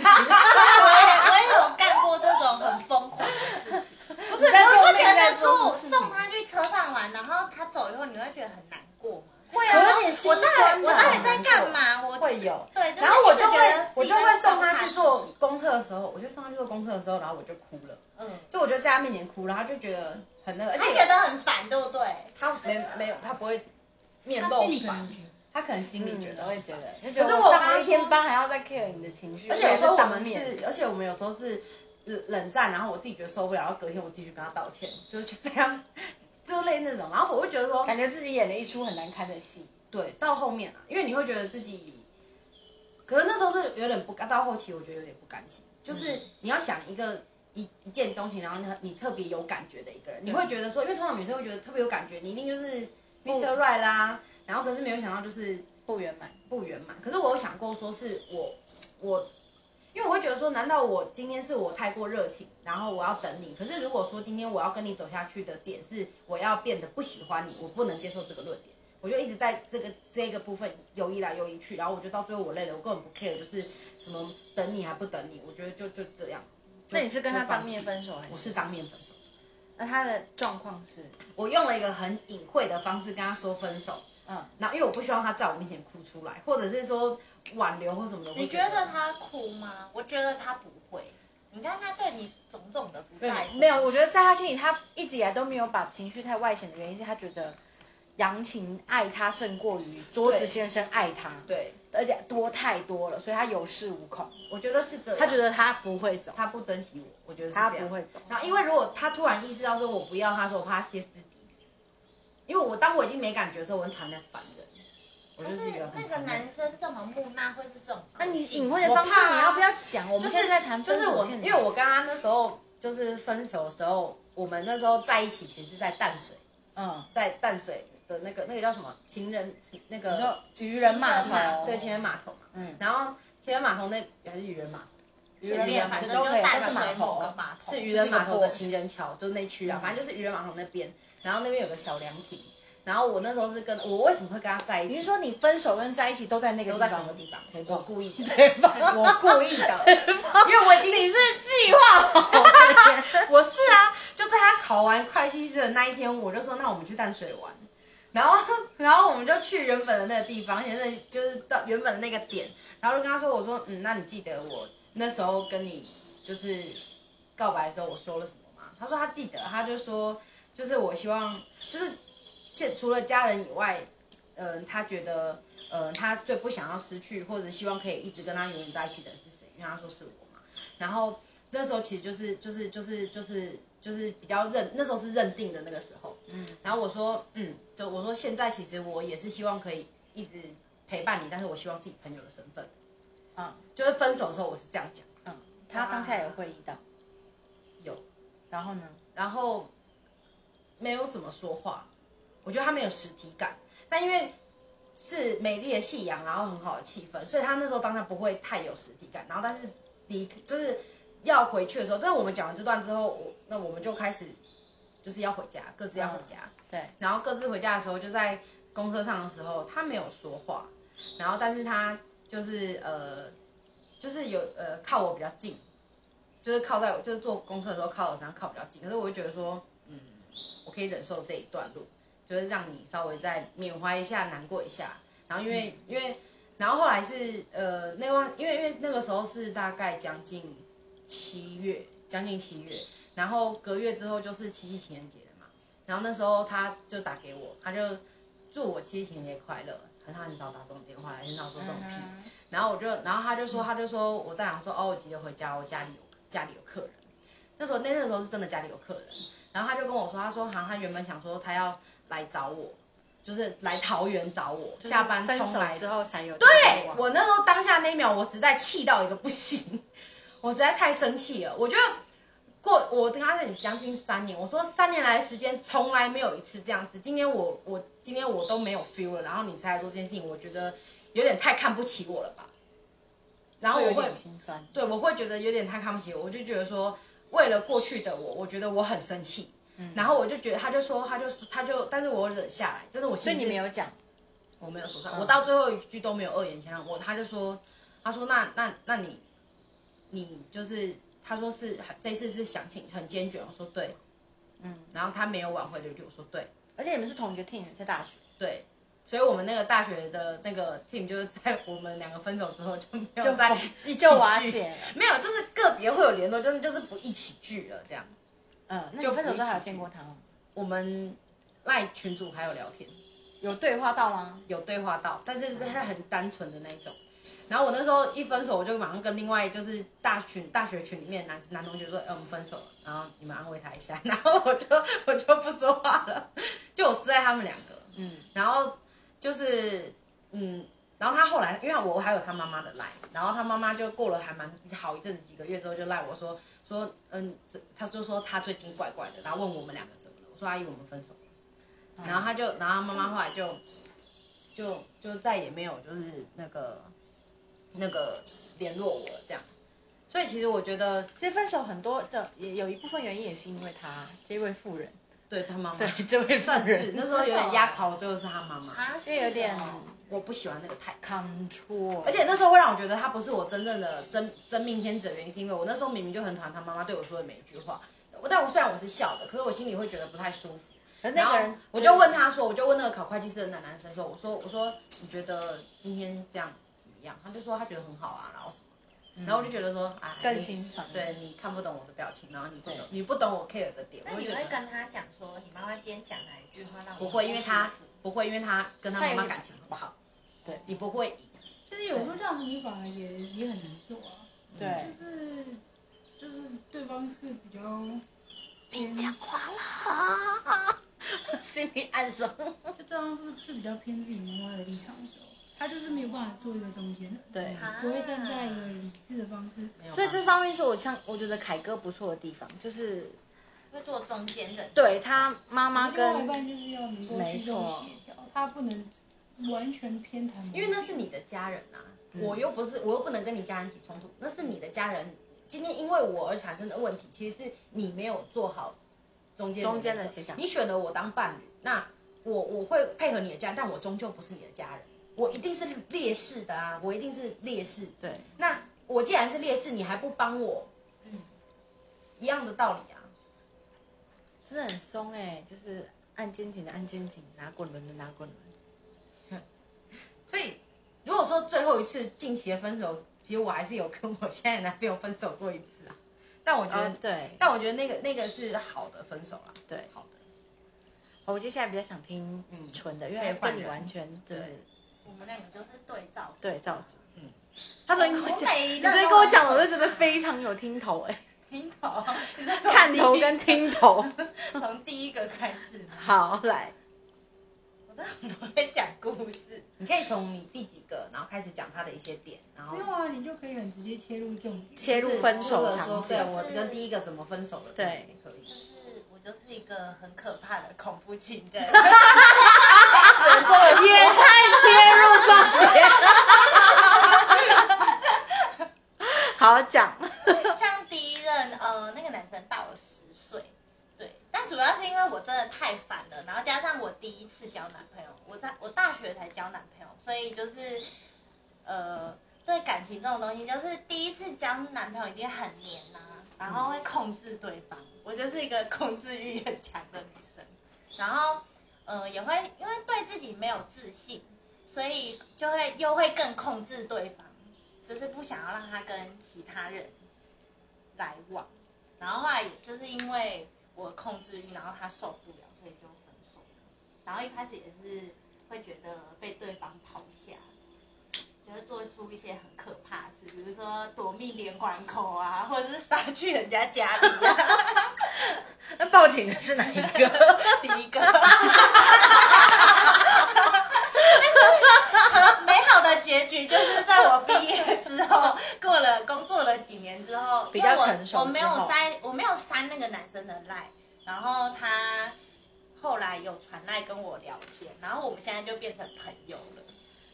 [SPEAKER 4] 我也我也有干过这种很疯狂的事情。
[SPEAKER 1] 不
[SPEAKER 4] 你
[SPEAKER 1] 是 在做
[SPEAKER 4] 会
[SPEAKER 1] 命
[SPEAKER 4] 觉
[SPEAKER 1] 在
[SPEAKER 4] 得
[SPEAKER 1] 做
[SPEAKER 4] 说
[SPEAKER 1] 的事
[SPEAKER 4] 送
[SPEAKER 1] 情。
[SPEAKER 4] 他去车上玩，然后他走以后，你会觉得很难过吗？
[SPEAKER 3] 会
[SPEAKER 4] 然
[SPEAKER 3] 啊，
[SPEAKER 4] 后
[SPEAKER 3] 有点心
[SPEAKER 4] 我到
[SPEAKER 3] 酸
[SPEAKER 4] 底
[SPEAKER 3] 的
[SPEAKER 4] 我到底在干？嘛？我
[SPEAKER 3] 会有。
[SPEAKER 4] 对，就是
[SPEAKER 3] 然后我就
[SPEAKER 4] 一直觉得
[SPEAKER 3] 会我就会送
[SPEAKER 4] 自
[SPEAKER 3] 他
[SPEAKER 4] 己
[SPEAKER 3] 去做公厕的时候，我就送他去做公厕的时候，然后我就哭
[SPEAKER 4] 在
[SPEAKER 3] 了，
[SPEAKER 4] 动他，嗯，
[SPEAKER 3] 就我就在他面前哭，然后他就觉得很那个，而
[SPEAKER 4] 而
[SPEAKER 3] 且
[SPEAKER 4] 且觉得很烦，对不对？
[SPEAKER 3] 他没没有他不会面
[SPEAKER 2] 他
[SPEAKER 3] 露
[SPEAKER 2] 心里可
[SPEAKER 3] 烦
[SPEAKER 2] 能，觉得
[SPEAKER 3] 他可能心里觉得
[SPEAKER 1] 嗯我也觉
[SPEAKER 3] 烦
[SPEAKER 1] 得，就觉
[SPEAKER 3] 可
[SPEAKER 1] 得
[SPEAKER 3] 是
[SPEAKER 1] 我
[SPEAKER 3] 我
[SPEAKER 1] 上
[SPEAKER 3] 妈
[SPEAKER 1] 了一天
[SPEAKER 3] 说
[SPEAKER 1] 班还要再 care 你的情绪，
[SPEAKER 3] 而且有时候我
[SPEAKER 1] 当
[SPEAKER 3] 们
[SPEAKER 1] 面，
[SPEAKER 3] 是，而且我们有时候是冷冷战，然后我自己觉得受不了，然后隔天我自己去跟他道歉，就是就这样，之类那种。然后我会觉得说，
[SPEAKER 1] 感觉自己演了一出很难堪的戏。
[SPEAKER 3] 对，到后面啊，因为你会觉得自己，可是那时候是有点不甘，到后期我觉得有点不甘心，就是你要想一个。一一见钟情，然后你你特别有感觉的一个人，你会觉得说，因为通常女生会觉得特别有感觉，你一定就是 Mr. Right 啦，然后可是没有想到就是
[SPEAKER 1] 不圆满，
[SPEAKER 3] 不圆满。可是我有想过，说是我我，因为我会觉得说，难道我今天是我太过热情，然后我要等你？可是如果说今天我要跟你走下去的点是我要变得不喜欢你，我不能接受这个论点。我就一直在这个这个部分游移来游移去，然后我就到最后我累了，我根本不 care，就是什么等你还不等你，我觉得就就这样。
[SPEAKER 1] 那你是跟他
[SPEAKER 3] 就放
[SPEAKER 1] 当面
[SPEAKER 3] 弃
[SPEAKER 1] 分手还是
[SPEAKER 3] 我是当面分手。
[SPEAKER 1] 那他的状况是，
[SPEAKER 3] 我用了一个很隐晦的方式跟他说分手，
[SPEAKER 1] 嗯，
[SPEAKER 3] 然后因为我不希望他在我面前哭出来，或者是说挽留或什么的。
[SPEAKER 4] 你
[SPEAKER 3] 我
[SPEAKER 4] 觉得他哭吗？我觉得他不会。你看他对你种种的不在乎，
[SPEAKER 1] 没有，我觉得在他心里，他一直以来都没有把情绪太外显的原因是他觉得杨琴爱他胜过于桌子
[SPEAKER 3] 对
[SPEAKER 1] 先生爱他，
[SPEAKER 3] 对，
[SPEAKER 1] 而且多太多了，所以他有恃无恐，
[SPEAKER 3] 我觉得是这样。
[SPEAKER 1] 他觉得他不会走，
[SPEAKER 3] 他不珍惜我，我觉得是
[SPEAKER 1] 他
[SPEAKER 3] 这样。
[SPEAKER 1] 不会走，
[SPEAKER 3] 然后因为如果他突然意识到说我不要他，说我怕他歇斯底里，因为我当我已经没感觉的时候，我很讨厌烦人。我就
[SPEAKER 4] 但
[SPEAKER 3] 是
[SPEAKER 4] 是
[SPEAKER 3] 一个很
[SPEAKER 4] 那个
[SPEAKER 3] 烦人
[SPEAKER 4] 男生这么木讷，会是这种
[SPEAKER 1] 那
[SPEAKER 4] 个性？
[SPEAKER 1] 你隐晦的
[SPEAKER 3] 我
[SPEAKER 1] 方式
[SPEAKER 3] 怕啊
[SPEAKER 1] 你要不要讲？我
[SPEAKER 3] 就
[SPEAKER 1] 们
[SPEAKER 3] 是
[SPEAKER 1] 现在在谈
[SPEAKER 3] 就
[SPEAKER 1] 分
[SPEAKER 3] 是
[SPEAKER 1] 手
[SPEAKER 3] 我，
[SPEAKER 1] 线
[SPEAKER 3] 因为我跟他那时候就是分手的时候，我们那时候在一起，其实是在淡水，
[SPEAKER 1] 嗯，
[SPEAKER 3] 在淡水的那个那个叫什么情人那
[SPEAKER 1] 你
[SPEAKER 3] 个
[SPEAKER 1] 说渔人码
[SPEAKER 4] 情人
[SPEAKER 1] 头，
[SPEAKER 4] 码
[SPEAKER 3] 对情人码头嘛，
[SPEAKER 1] 嗯
[SPEAKER 3] 然后情人码头那还是渔人码头。哦
[SPEAKER 1] 渔人
[SPEAKER 4] 面，
[SPEAKER 1] 码
[SPEAKER 4] 反
[SPEAKER 1] 头
[SPEAKER 4] 正
[SPEAKER 1] 都
[SPEAKER 4] 就
[SPEAKER 1] 可以，
[SPEAKER 4] 淡
[SPEAKER 1] 都是
[SPEAKER 4] 水
[SPEAKER 1] 码
[SPEAKER 4] 某个
[SPEAKER 1] 头，
[SPEAKER 4] 码头，
[SPEAKER 3] 是渔人
[SPEAKER 1] 就是
[SPEAKER 3] 码头
[SPEAKER 1] 一个
[SPEAKER 3] 的
[SPEAKER 1] 过
[SPEAKER 3] 情人桥，就是那区啊
[SPEAKER 1] 嗯，
[SPEAKER 3] 反正就是渔人码头那边，然后那边有个小凉亭，然后我那时候是跟我为什么会跟他在一
[SPEAKER 1] 你
[SPEAKER 3] 起？
[SPEAKER 1] 是说你分手跟在一起都在那个
[SPEAKER 3] 都
[SPEAKER 1] 地
[SPEAKER 3] 在同
[SPEAKER 1] 方
[SPEAKER 3] 一个地方，
[SPEAKER 1] 没错
[SPEAKER 3] 我故意的， 我故意 的，因为我已经你是计划好， 我是啊，就在他考完会计师的那一天，我就说那我们去淡水玩，然后 然后我们就去原本的那个地方，现在就是到原本的那个点，然后就跟他说，我说嗯，那你记得我那时候跟你就是告白的时候我说了什么吗？他说他记得，他就说就是我希望就是且除了家人以外，嗯、他觉得嗯、呃他最不想要失去或者希望可以一直跟他永远在一起的人是谁？因为他说是我嘛，然后那时候其实就是就是就是就是就是比较认那时候是认定的那个时候，嗯，然后我说嗯，就我说现在其实我也是希望可以一直陪伴你，但是我希望是以朋友的身份，
[SPEAKER 1] 嗯
[SPEAKER 3] 就是分手的时候我是这样讲，
[SPEAKER 1] 嗯，他当下有会意到，
[SPEAKER 3] 有，
[SPEAKER 1] 然后呢？
[SPEAKER 3] 然后没有怎么说话，我觉得他没有实体感，但因为是美丽的夕阳，然后很好的气氛，所以他那时候当下不会太有实体感。然后但是离就是要回去的时候，就是我们讲完这段之后，我那我们就开始就是要回家，各自要回家。
[SPEAKER 4] 对，
[SPEAKER 3] 然后各自回家的时候，就在公车上的时候，他没有说话，然后但是他就是呃，就是有呃靠我比较近，就是靠在我就是坐公车的时候靠我身上靠比较近，可是我就觉得说，嗯，我可以忍受这一段路，就是让你稍微再缅怀一下，难过一下。然后因为、因为，然后后来是呃那段，因为因为那个时候是大概将近七月，将近七月，然后隔月之后就是七夕情人节了嘛。然后那时候他就打给我，他就祝我七夕情人节快乐。可是他很少打这种电话来，很少说这
[SPEAKER 1] 嗯
[SPEAKER 3] 种屁。然后我就，然后他就说，他就说我在想说，哦，我急着回家，我家里有家里有客人。那时候那那时候是真的家里有客人，然后他就跟我说，他说好像他原本想说他要来找我，就是来桃园找我，下班
[SPEAKER 1] 分
[SPEAKER 3] 冲
[SPEAKER 1] 手
[SPEAKER 3] 来
[SPEAKER 1] 之后才有
[SPEAKER 3] 对
[SPEAKER 1] 交往
[SPEAKER 3] 我那时候当下那一秒，我实在气到一个不行，我实在太生气了。我觉得过我跟他在一起将近三年，我说三年来的时间从来没有一次这样子。今天我我今天我都没有 feel 了，然后你才来做这件事情，我觉得有点太看不起我了吧。然后我会
[SPEAKER 4] 心酸。
[SPEAKER 3] 对，我会觉得有点太看不起我，我就觉得说，为了过去的我，我觉得我很生气。
[SPEAKER 1] 嗯
[SPEAKER 3] 然后我就觉得，他就说，他就说，他就，但是我忍下来，真的我
[SPEAKER 1] 所
[SPEAKER 3] 心
[SPEAKER 1] 以
[SPEAKER 3] 里
[SPEAKER 1] 你没有讲，
[SPEAKER 3] 我没有说算，我到最后一句都没有恶言相向。我他就说，他说那那那你，你就是他说是这次是想请很坚决，我说对，嗯，然后他没有挽回的余地，我说对
[SPEAKER 1] 而且你们是同一个 team，在大学。
[SPEAKER 3] 对，所以我们那个大学的那个 team 就是在我们两个分手之后就没有
[SPEAKER 1] 就
[SPEAKER 3] 在
[SPEAKER 1] 不
[SPEAKER 3] 一起
[SPEAKER 1] 就瓦
[SPEAKER 3] 聚
[SPEAKER 1] 解了
[SPEAKER 3] 没有，就是个别会有联络，真的就是不一起聚了这样。
[SPEAKER 1] 嗯，那
[SPEAKER 3] 就
[SPEAKER 1] 你分手之后还有
[SPEAKER 3] 不一起
[SPEAKER 1] 见过他吗？
[SPEAKER 3] 我们赖群主还有聊天，
[SPEAKER 1] 有对话到吗？
[SPEAKER 3] 有对话到，但是是很单纯的那一种。然后我那时候一分手，我就马上跟另外就是大群大学群里面男男同学说，哎、我们分手了，然后你们安慰他一下， 然后我就我就不说话了，就我撕在他们两个，
[SPEAKER 1] 嗯，
[SPEAKER 3] 然后就是嗯，然后他后来，因为我还有他妈妈的赖，然后他妈妈就过了还蛮好一阵子，几个月之后就赖我说说嗯，这他就说他最近怪怪的，然后问我们两个怎么了，我说阿姨我们分手了，然后他就，然后他妈妈后来就就就再也没有就是那个那个联络我这样，所以其实我觉得
[SPEAKER 1] 其实分手很多的，也有一部分原因也是因为他这位妇 人，
[SPEAKER 3] 对他妈妈
[SPEAKER 1] 对这位妇
[SPEAKER 3] 算是
[SPEAKER 1] 人，
[SPEAKER 3] 那时候有点压垮我，最后是他妈妈，
[SPEAKER 4] 啊，
[SPEAKER 1] 因为有点
[SPEAKER 3] 我不喜欢那个态度。
[SPEAKER 1] control，
[SPEAKER 3] 而且那时候会让我觉得他不是我真正的真真命天子的原因，是因为我那时候明明就很讨厌他妈妈对我说的每一句话。我但我虽然我是笑的，可是我心里会觉得不太舒服。
[SPEAKER 1] 而
[SPEAKER 3] 然
[SPEAKER 1] 那
[SPEAKER 3] 后
[SPEAKER 1] 个人，
[SPEAKER 3] 我就问他说，我就问那个考会计师的男男生说，我说我说你觉得今天这样怎么样？他就说他觉得很好啊，然后什么的。然后我就觉得说，哎，
[SPEAKER 1] 嗯更
[SPEAKER 3] 你
[SPEAKER 1] 欣赏
[SPEAKER 3] 对你看不懂我的表情，然后你不懂
[SPEAKER 1] 对
[SPEAKER 3] 你不懂我 care 的点，
[SPEAKER 4] 那
[SPEAKER 3] 我就
[SPEAKER 4] 你
[SPEAKER 3] 觉
[SPEAKER 4] 会
[SPEAKER 3] 得
[SPEAKER 4] 跟他讲说，你妈妈今天讲哪一句话让我
[SPEAKER 3] 不会，因为他
[SPEAKER 4] 舒服
[SPEAKER 3] 不会，因为他跟他
[SPEAKER 1] 他
[SPEAKER 3] 妈
[SPEAKER 1] 有
[SPEAKER 3] 妈
[SPEAKER 1] 点
[SPEAKER 3] 感情很不好，
[SPEAKER 1] 对
[SPEAKER 3] 你不会赢。
[SPEAKER 2] 就是有时候这样子，你反而也也很难做啊。
[SPEAKER 1] 对
[SPEAKER 2] 就是就是对方是比较
[SPEAKER 1] 别讲话啦，心里暗爽。
[SPEAKER 2] 就对方是是比较偏自己妈妈的立场的时候，他就是没有办法做一个中间人，
[SPEAKER 1] 对，
[SPEAKER 4] 啊
[SPEAKER 2] 不会站在一个理智的方式。
[SPEAKER 3] 没有
[SPEAKER 1] 所以
[SPEAKER 3] 办法
[SPEAKER 1] 这方面是我像我觉得凯哥不错的地方，就是
[SPEAKER 4] 会做中间人，
[SPEAKER 1] 对他妈
[SPEAKER 3] 啊
[SPEAKER 1] 妈
[SPEAKER 2] 另外一
[SPEAKER 1] 跟
[SPEAKER 2] 半就是要能够
[SPEAKER 1] 没
[SPEAKER 2] 去做
[SPEAKER 1] 错
[SPEAKER 2] 协调，他不能完全偏袒某一边，
[SPEAKER 3] 因为那是你的家人呐、
[SPEAKER 1] 嗯
[SPEAKER 3] 我又不是，我又不能跟你家人起冲突，那是你的家人。今天因为我而产生的问题，其实是你没有做好中间
[SPEAKER 1] 中间的
[SPEAKER 3] 那个
[SPEAKER 1] 协调
[SPEAKER 3] 你选了我当伴侣，那我我会配合你的家人，但我终究不是你的家人，我一定是劣势的啊，我一定是劣势。
[SPEAKER 1] 对，
[SPEAKER 3] 那我既然是劣势，你还不帮我，
[SPEAKER 4] 嗯
[SPEAKER 3] 一样的道理啊。
[SPEAKER 1] 真的很松哎，就是按肩颈的按肩颈，拿滚轮的拿滚轮。
[SPEAKER 3] 所以如果说最后一次近期的分手，其实我还是有跟我现在的男朋友分手过一次啊，但我觉得
[SPEAKER 1] 哦，对
[SPEAKER 3] 但我觉得那个那个是好的分手啦，
[SPEAKER 1] 对，
[SPEAKER 3] 好的，
[SPEAKER 1] 我接下来比较想听
[SPEAKER 3] 嗯
[SPEAKER 1] 纯的，因为他跟你完全就是
[SPEAKER 4] 我们两个就是对照。
[SPEAKER 1] 对照组。嗯
[SPEAKER 3] 嗯，
[SPEAKER 1] 他昨天跟我
[SPEAKER 4] 我
[SPEAKER 1] 讲，
[SPEAKER 4] 每
[SPEAKER 1] 你
[SPEAKER 4] 一
[SPEAKER 1] 昨
[SPEAKER 4] 个
[SPEAKER 1] 天
[SPEAKER 4] 都
[SPEAKER 1] 跟我讲，我就觉得非常有听头哎，
[SPEAKER 4] 听头， 你是从
[SPEAKER 1] 看头
[SPEAKER 4] 第一
[SPEAKER 1] 跟听头。
[SPEAKER 4] 从第一个开始吗？
[SPEAKER 1] 好，来，
[SPEAKER 4] 我真的不会讲故事，
[SPEAKER 3] 你可以从你第几个，然后开始讲他的一些点，然后
[SPEAKER 2] 没有啊，你就可以很直接切入重点。
[SPEAKER 1] 切入分手场
[SPEAKER 3] 对
[SPEAKER 1] 景。
[SPEAKER 3] 我跟第一个怎么分手的，
[SPEAKER 1] 对
[SPEAKER 3] 可以
[SPEAKER 4] 就。是我就是一个很可怕的恐怖情人。
[SPEAKER 1] 也 太切入重点了。好讲，
[SPEAKER 4] 像第一任，呃，那个男生大我十岁，对，但主要是因为我真的太烦了，然后加上我第一次交男朋友，我在我大学才交男朋友，所以就是，呃，对感情这种东西，就是第一次交男朋友已经很黏啦、然后会控制对方，我就是一个控制欲很强的女生，然后，呃，也会因为对自己没有自信，所以就会又会更控制对方。就是不想要让他跟其他人来往，然后后来也就是因为我控制欲，然后他受不了，所以就分手了。然后一开始也是会觉得被对方抛下，就会做出一些很可怕的事，比如说夺命连环扣啊，或者是杀去人家家里啊。
[SPEAKER 1] 那报警的是哪一 个？
[SPEAKER 4] 第一个，但是美好的结局就是在我毕业之后，过了工作了几年之后，
[SPEAKER 1] 比较成熟
[SPEAKER 4] 因为我我没
[SPEAKER 1] 之后
[SPEAKER 4] 有在，我没有删那个男生的赖，然后他后来有传赖跟我聊天，然后我们现在就变成朋友了。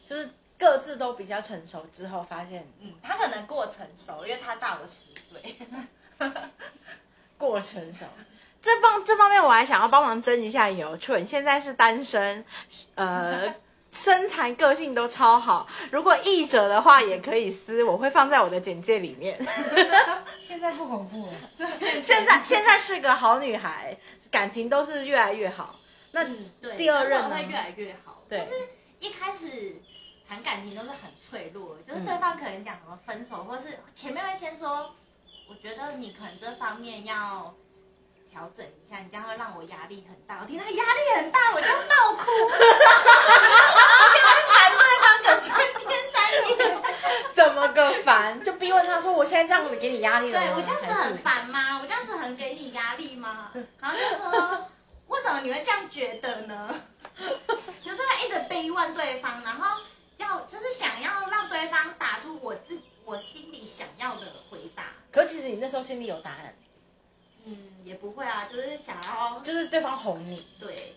[SPEAKER 1] 就是各自都比较成熟之后，发 现
[SPEAKER 4] 嗯，他可能过成熟，因为他大我十岁。
[SPEAKER 1] 过成熟。这方这方面我还想要帮忙争一下油你现在是单身，呃，身材个性都超好。如果译者的话也可以私，我会放在我的简介里面。
[SPEAKER 2] 现在不恐怖 了，
[SPEAKER 1] 现在现在是个好女孩，感情都是越来越好。那
[SPEAKER 4] 嗯，对，
[SPEAKER 1] 第二任呢
[SPEAKER 4] 真的会越来越好。
[SPEAKER 1] 对
[SPEAKER 4] 就是一开始谈感情都是很脆弱的，
[SPEAKER 1] 嗯
[SPEAKER 4] 就是对方可能讲什么分手，或是前面会先说，我觉得你可能这方面要调整一下，你这样会让我压力很大。我听到压力很大，我就爆 哭。然后就会烦对方个三天三夜。
[SPEAKER 1] 怎么个烦？ 就逼问他说：“我现在这样会给你压力了吗？”
[SPEAKER 4] 对我这样子
[SPEAKER 1] 啊还
[SPEAKER 4] 很
[SPEAKER 1] 是
[SPEAKER 4] 烦吗？我这样子很给你压力吗？然后就说，为什么你会这样觉得呢？ 就是会一直逼问对方，然后要就是想要让对方打出我自己我心里想要的回答。
[SPEAKER 1] 可其实你那时候心里有答案，
[SPEAKER 4] 嗯，也不会啊，就是想要
[SPEAKER 1] 就是对方哄你，
[SPEAKER 4] 对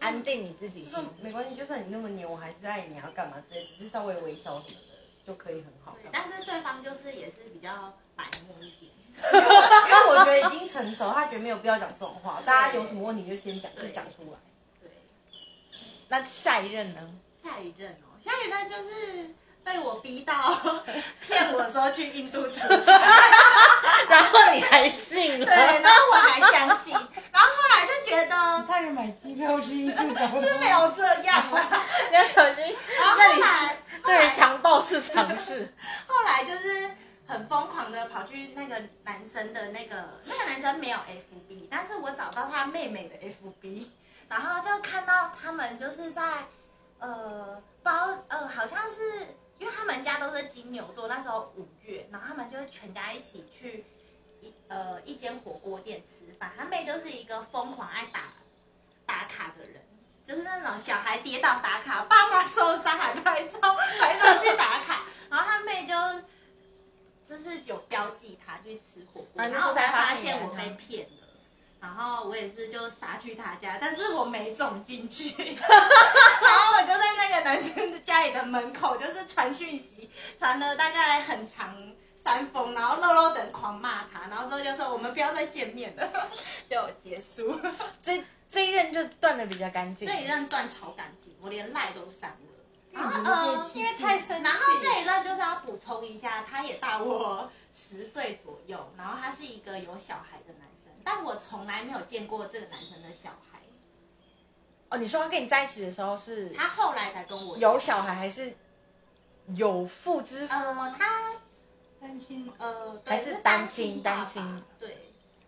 [SPEAKER 1] 安定你自己
[SPEAKER 3] 就
[SPEAKER 1] 心
[SPEAKER 3] 说。没关系，就算你那么黏，我还是爱你，要啊干嘛之类，只是稍微微调什么的就可以很好。
[SPEAKER 1] 啊
[SPEAKER 4] 对，但是对方就是也是比较白目一点。
[SPEAKER 3] 因为我觉得已经成熟，他觉得没有必要讲这种话。大家有什么问题就先讲，就讲出来。
[SPEAKER 4] 对，
[SPEAKER 1] 那下一任呢？
[SPEAKER 4] 下一任哦，下一任就是被我逼 到骗我说去印度出差。
[SPEAKER 1] 然后你还信
[SPEAKER 4] 对，
[SPEAKER 1] 了？
[SPEAKER 4] 然后我还相信，然后后来就觉
[SPEAKER 2] 我
[SPEAKER 4] 得
[SPEAKER 2] 差点买机票去印 度找
[SPEAKER 4] 是没有这样啦。
[SPEAKER 1] 要小心，
[SPEAKER 4] 然后后来，后
[SPEAKER 1] 对于
[SPEAKER 4] 来，
[SPEAKER 1] 强暴是常事。
[SPEAKER 4] 后来就是很疯狂的跑去那个男生的那个，那个男生没有 FB，但是我找到他妹妹的 FB，然后就看到他们就是在呃包呃好像是。因为他们家都是金牛座，那时候五月，然后他们就会全家一起去一呃一间火锅店吃饭。他妹就是一个疯狂爱打打卡的人，就是那种小孩跌倒打卡，爸妈受伤还拍照，拍照去打卡。然后他妹就就是有标记他去吃火锅，
[SPEAKER 1] 啊那时
[SPEAKER 4] 然
[SPEAKER 1] 候
[SPEAKER 4] 后我
[SPEAKER 1] 才
[SPEAKER 4] 才
[SPEAKER 1] 发
[SPEAKER 4] 发
[SPEAKER 1] 现
[SPEAKER 4] 现我被骗了。然后我也是就杀去他家，但是我没中进去，然后我就在那个男生家里的门口，就是传讯息，传了大概很长三封，然后肉肉等狂骂他，然后之后就说我们不要再见面了，就结束。
[SPEAKER 1] 这这一任就断的比较干净
[SPEAKER 4] 这。一任断超干净，我连赖都删了。
[SPEAKER 1] 啊
[SPEAKER 4] 然后
[SPEAKER 2] 你们
[SPEAKER 1] 哦
[SPEAKER 2] 这
[SPEAKER 4] 呃
[SPEAKER 2] 期，
[SPEAKER 4] 因为
[SPEAKER 2] 太
[SPEAKER 4] 生然后这一任就是要补充一下，他也大我十岁左右，然后他是一个有小孩的男生，但我从来没有见过这个男生的小孩。
[SPEAKER 1] 哦，你说他跟你在一起的时候是
[SPEAKER 4] 他后来才跟我
[SPEAKER 1] 有小孩还是有妇之夫？
[SPEAKER 4] 呃，他
[SPEAKER 2] 单亲吗？
[SPEAKER 4] 呃对
[SPEAKER 1] 还是
[SPEAKER 4] 是
[SPEAKER 1] 单亲
[SPEAKER 4] 亲
[SPEAKER 1] 单
[SPEAKER 4] 爸爸
[SPEAKER 1] 亲
[SPEAKER 4] 对。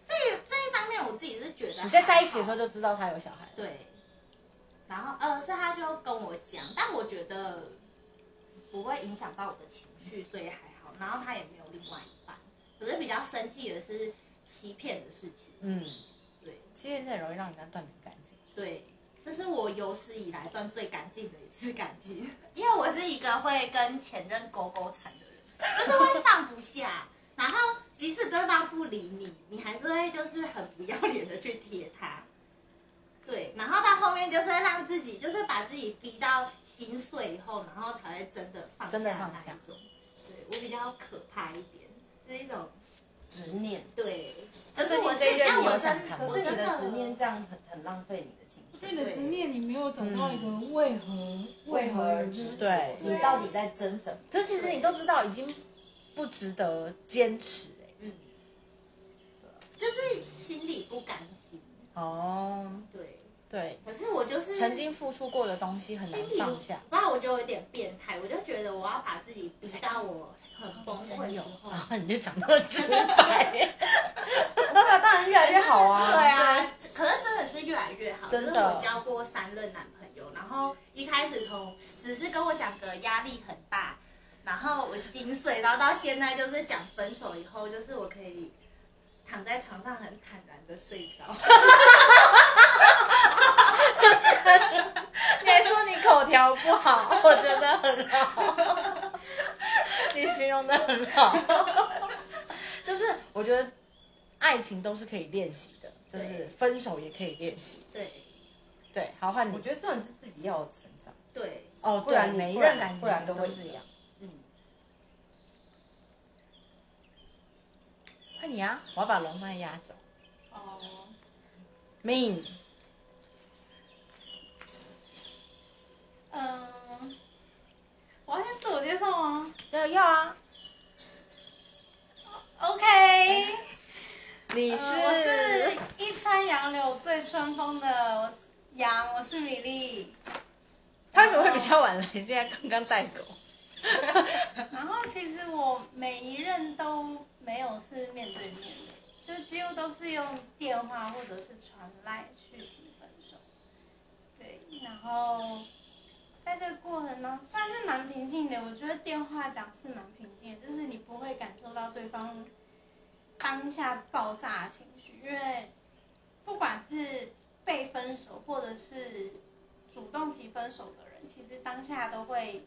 [SPEAKER 4] 至于这一方面，我自己是觉得
[SPEAKER 1] 你在在一起的时
[SPEAKER 4] 还好
[SPEAKER 1] 候就知道他有小孩了。
[SPEAKER 4] 对，然后呃，是他就跟我讲，但我觉得不会影响到我的情绪，所以还好。然后他也没有另外一半，可是比较生气的是欺骗的事情。
[SPEAKER 1] 嗯，
[SPEAKER 4] 对
[SPEAKER 1] 其实这很容易让人家断的干净。
[SPEAKER 4] 对，这是我有史以来断最干净的一次感情， 因为我是一个会跟前任勾勾缠的人，就是会放不下。然后 即使对方不理你，你还是会就是很不要脸的去贴他。对，然后到后面就是让自己，就是把自己逼到心碎以后，然后才会真的放下
[SPEAKER 1] 真的放
[SPEAKER 4] 那
[SPEAKER 1] 下
[SPEAKER 4] 一种。对我比较可怕一点，是一种
[SPEAKER 3] 执念。
[SPEAKER 4] 对，可
[SPEAKER 1] 可
[SPEAKER 4] 是我
[SPEAKER 1] 这一
[SPEAKER 4] 这
[SPEAKER 1] 任
[SPEAKER 4] 像
[SPEAKER 1] 你有
[SPEAKER 4] 我
[SPEAKER 1] 想
[SPEAKER 4] 真，
[SPEAKER 1] 谈
[SPEAKER 3] 可
[SPEAKER 4] 我
[SPEAKER 3] 是
[SPEAKER 4] 真
[SPEAKER 3] 你的
[SPEAKER 4] 的
[SPEAKER 3] 执念这样很很浪费你的青
[SPEAKER 2] 我觉得
[SPEAKER 3] 春。
[SPEAKER 2] 你的执念你没有找到一个为何
[SPEAKER 3] 嗯为何而执
[SPEAKER 2] 执
[SPEAKER 3] 着？
[SPEAKER 1] 对
[SPEAKER 3] 你到底在争什么？
[SPEAKER 1] 可是其实你都知道已经不值得坚持哎、
[SPEAKER 4] 嗯，啊就是心里不甘心。
[SPEAKER 1] 哦，
[SPEAKER 4] 对，
[SPEAKER 1] 对，
[SPEAKER 4] 可是我就是
[SPEAKER 1] 曾经付出过的东西很难
[SPEAKER 4] 心里
[SPEAKER 1] 放下。，
[SPEAKER 4] 不然我就有点变态，我就觉得我要把自己逼到我很崩溃之后，
[SPEAKER 1] 然后 你就讲那么直白，那个当然越来越好啊。
[SPEAKER 4] 对，啊，可是真的是越来越好。
[SPEAKER 1] 真的
[SPEAKER 4] 就是我交过三任男朋友，然后一开始从只是跟我讲个压力很大，然后我心碎，然后到现在就是讲分手以后，就是我可以躺在床上很坦然的睡 着。
[SPEAKER 1] 你还说你口条不 好，我觉得很好，你形容的很 好。就是我觉得爱情都是可以练习的，就是分手也可以练习。
[SPEAKER 4] 对
[SPEAKER 1] 对，好换
[SPEAKER 3] 我
[SPEAKER 1] 你。
[SPEAKER 3] 觉得重点是自己要有成长，
[SPEAKER 4] 对，
[SPEAKER 1] 哦，
[SPEAKER 3] 不然
[SPEAKER 1] 对
[SPEAKER 3] 啊你
[SPEAKER 1] 每一
[SPEAKER 3] 不
[SPEAKER 1] 任
[SPEAKER 3] 然
[SPEAKER 1] 感情
[SPEAKER 3] 不然都会
[SPEAKER 1] 是
[SPEAKER 3] 这样。
[SPEAKER 4] 嗯，
[SPEAKER 1] 换你啊！我要把龙脉压走。
[SPEAKER 2] 哦，
[SPEAKER 1] Mean，
[SPEAKER 2] 嗯，我要先自我介绍吗
[SPEAKER 1] 要要啊！
[SPEAKER 2] ？OK，
[SPEAKER 1] 你
[SPEAKER 2] 呃
[SPEAKER 1] 是、
[SPEAKER 2] 我是一川杨柳醉春风的我是杨，我是米粒。
[SPEAKER 1] 他为什么会比较晚来？现在刚刚带狗。
[SPEAKER 2] 然后其实我每一任都没有是面对面的，就几乎都是用电话或者是传来去提分手。对，然后在这个过程呢，算是蛮平静的。我觉得电话讲是蛮平静的，就是你不会感受到对方当下爆炸的情绪，因为不管是被分手或者是主动提分手的人，其实当下都会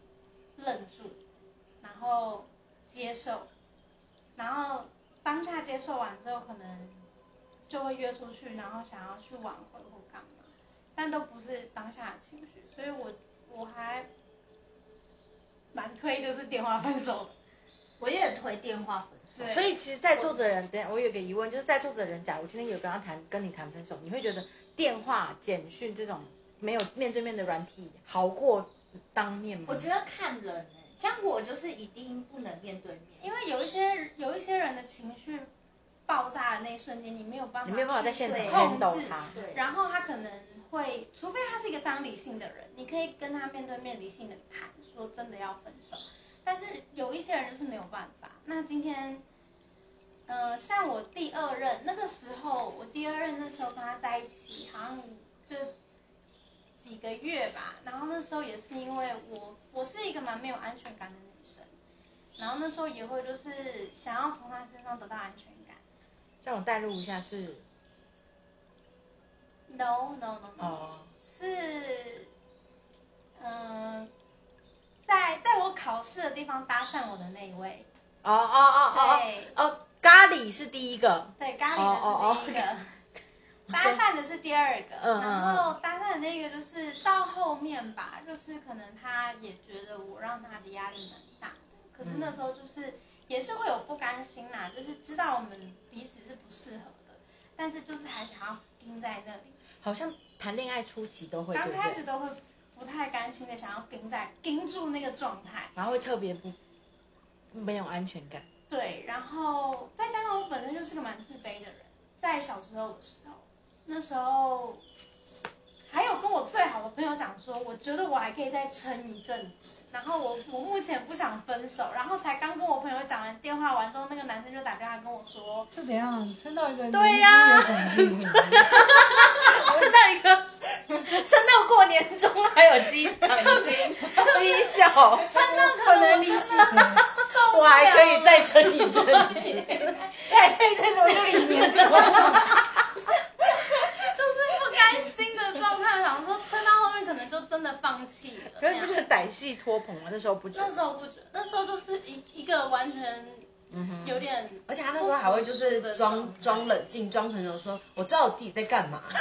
[SPEAKER 2] 愣住。然后接受，然后当下接受完之后，可能就会约出去，然后想要去挽回或干嘛，但都不是当下的情绪，所以我我还蛮推就是电话分手的，
[SPEAKER 4] 我也推电话分手。
[SPEAKER 2] 对，
[SPEAKER 1] 所以其实，在座的人，等一下我有个疑问，就是在座的人，假如今天有跟他谈跟你谈分手，你会觉得电话、简讯这种没有面对面的软体好过当面吗？
[SPEAKER 4] 我觉得看人、欸，像我就是一定不能面对面。
[SPEAKER 2] 因为有一些有一些人的情绪爆炸的那一瞬间，你没有办法，
[SPEAKER 1] 你没有办法在现场
[SPEAKER 4] 对
[SPEAKER 1] 看
[SPEAKER 2] 控
[SPEAKER 1] 懂
[SPEAKER 2] 制
[SPEAKER 1] 他。
[SPEAKER 4] 对，
[SPEAKER 2] 然后他可能会，除非他是一个非常理性的人，你可以跟他面对面理性的谈，说真的要分手。但是有一些人就是没有办法。那今天，呃，像我第二任那个时候，我第二任那时候跟他在一起，好像就几个月吧。然后那时候也是因为我，我是一个蛮没有安全感的女生，然后那时候也会就是想要从他身上得到安全感。
[SPEAKER 1] 像我代入一下是
[SPEAKER 2] No no no no，、
[SPEAKER 1] 哦，
[SPEAKER 2] 是，嗯、在在我考试的地方搭讪我的那一位，
[SPEAKER 1] 哦哦哦哦
[SPEAKER 2] 对
[SPEAKER 1] 哦哦，咖喱是第一 个，
[SPEAKER 2] 对，咖
[SPEAKER 1] 哦哦
[SPEAKER 2] 喱的是第一个， 搭讪的是第二个，
[SPEAKER 1] 嗯嗯嗯
[SPEAKER 2] 然后搭讪的那个就是到后面吧，就是可能他也觉得我让他的压力蛮大的，可是
[SPEAKER 1] 嗯
[SPEAKER 2] 那时候就是也是会有不甘心啦，就是知道我们彼此是不适合的，但是就是还想要盯在那里。
[SPEAKER 1] 好像谈恋爱初期都会对
[SPEAKER 2] 刚
[SPEAKER 1] 不
[SPEAKER 2] 开
[SPEAKER 1] 对？
[SPEAKER 2] 始都会不太甘心的想要盯在盯住那个状态，
[SPEAKER 1] 然后会特别不没有安全感。
[SPEAKER 2] 对，然后再加上我本身就是个蛮自卑的人，在小时候的时候，那时候还有跟我最好的朋友讲说，我觉得我还可以再撑一阵子，然后我我目前不想分手，然后才刚跟我朋友讲完电话完之后，那个男生就打电话跟我说，
[SPEAKER 5] 这怎样撑到一个
[SPEAKER 1] 对呀
[SPEAKER 5] 有长进是不是？
[SPEAKER 1] 撑到一个，撑到过年中还有鸡 掌心、鸡笑，
[SPEAKER 2] 真的可能离职受
[SPEAKER 1] 我还可以再撑一阵子。
[SPEAKER 5] 再再再怎么就一年
[SPEAKER 2] 就是不甘心的状态，想说撑到后面可能就真的放弃了。
[SPEAKER 1] 可
[SPEAKER 2] 这
[SPEAKER 1] 是你
[SPEAKER 2] 样
[SPEAKER 1] 不觉得歹戏拖棚吗？那时候不觉
[SPEAKER 2] 那
[SPEAKER 1] 得。
[SPEAKER 2] 时候不觉得，那时候就是一一个完全
[SPEAKER 1] 嗯
[SPEAKER 2] 有点，
[SPEAKER 3] 而且他那时候还会就是
[SPEAKER 2] 不服输
[SPEAKER 3] 装
[SPEAKER 2] 的
[SPEAKER 3] 装冷静，装成那种说我知道我自己在干嘛，
[SPEAKER 1] 那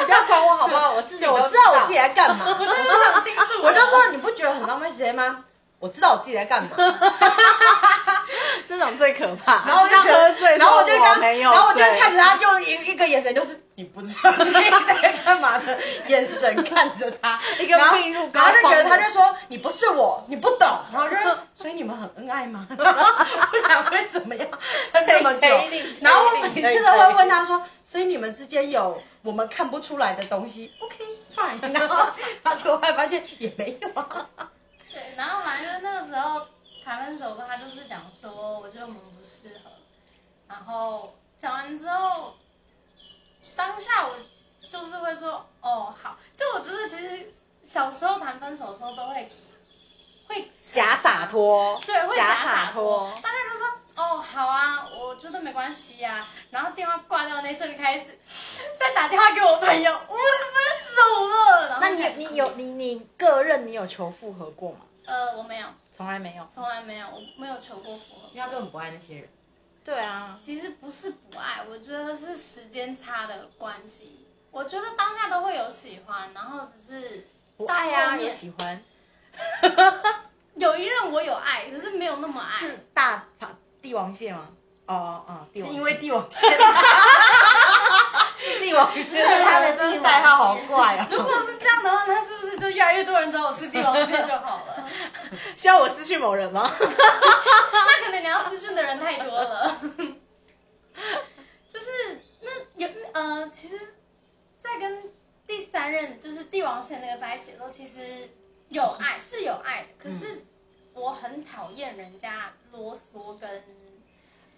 [SPEAKER 1] 你不要管我好不好？我自己
[SPEAKER 3] 我
[SPEAKER 1] 都
[SPEAKER 3] 知道我自己在干嘛。
[SPEAKER 2] 我真的想清楚，
[SPEAKER 3] 我就说你不觉得很浪费时间吗？我知道我自己在干嘛，
[SPEAKER 1] 这种最可怕。
[SPEAKER 3] 然后我就觉
[SPEAKER 1] 喝
[SPEAKER 3] 得，
[SPEAKER 1] 醉，
[SPEAKER 3] 然后我就
[SPEAKER 1] 说
[SPEAKER 3] 跟
[SPEAKER 1] 我
[SPEAKER 3] 他，
[SPEAKER 1] 没有，
[SPEAKER 3] 然后我就看。着他，就一一个眼神就是你不知道自己在干嘛的眼神看着他，
[SPEAKER 1] 一个
[SPEAKER 3] 然后
[SPEAKER 1] 病入膏
[SPEAKER 3] 然后就觉得
[SPEAKER 1] 肓
[SPEAKER 3] 他
[SPEAKER 1] 的
[SPEAKER 3] 就说你不是我，你不懂，然后就 说所以你们很恩爱吗？ 然后不然会怎么样？撑这么久
[SPEAKER 1] 可以可以可以，
[SPEAKER 3] 然后我每次都会问他说，所以你们之间有我们看不出来的东西，OK fine，然后他就会发现也没有啊，
[SPEAKER 2] 对，然后反正那个时候谈分手的时候，他就是讲说，我觉得我们不适合。然后讲完之后，当下我就是会说，哦，好。就我觉得其实小时候谈分手的时候都会会
[SPEAKER 1] 假洒，脱，
[SPEAKER 2] 对，会
[SPEAKER 1] 假
[SPEAKER 2] 洒
[SPEAKER 1] 洒脱。
[SPEAKER 2] 大概就说，哦，好啊，我觉得没关系啊。然后电话挂掉那一瞬间开始， 再打电话给我朋友，我分手了。然后
[SPEAKER 1] 那你
[SPEAKER 2] 开始
[SPEAKER 1] 你
[SPEAKER 2] 哭
[SPEAKER 1] 有你你个人你有求复合过吗？
[SPEAKER 2] 呃，我没有，
[SPEAKER 1] 从来没有。
[SPEAKER 2] 从来没有，我没有求过复合。
[SPEAKER 3] 因为他根本不爱那些人。
[SPEAKER 1] 对啊，
[SPEAKER 2] 其实不是不爱，我觉得是时间差的关系。我觉得当下都会有喜欢，然后只是
[SPEAKER 1] 不爱啊，
[SPEAKER 2] 后面
[SPEAKER 1] 有喜欢
[SPEAKER 2] 有一任我有爱，可是没有那么爱。
[SPEAKER 1] 是大帝王蟹吗？哦哦，帝
[SPEAKER 3] 是
[SPEAKER 1] 王
[SPEAKER 3] 因
[SPEAKER 1] 蟹
[SPEAKER 3] 为帝王蟹，是帝王蟹，他的这个代号好怪
[SPEAKER 2] 如
[SPEAKER 3] 哦。
[SPEAKER 2] 果是这样的话，那是不是就越来越多人找我吃帝王蟹就好了？
[SPEAKER 1] 需要我失去某人吗？
[SPEAKER 2] 那可能你要私讯的人太多了。 就是那有呃，其实，在跟第三任就是帝王蟹那个在一起的时候，其实有爱是有爱，可是我很讨厌人家啰嗦跟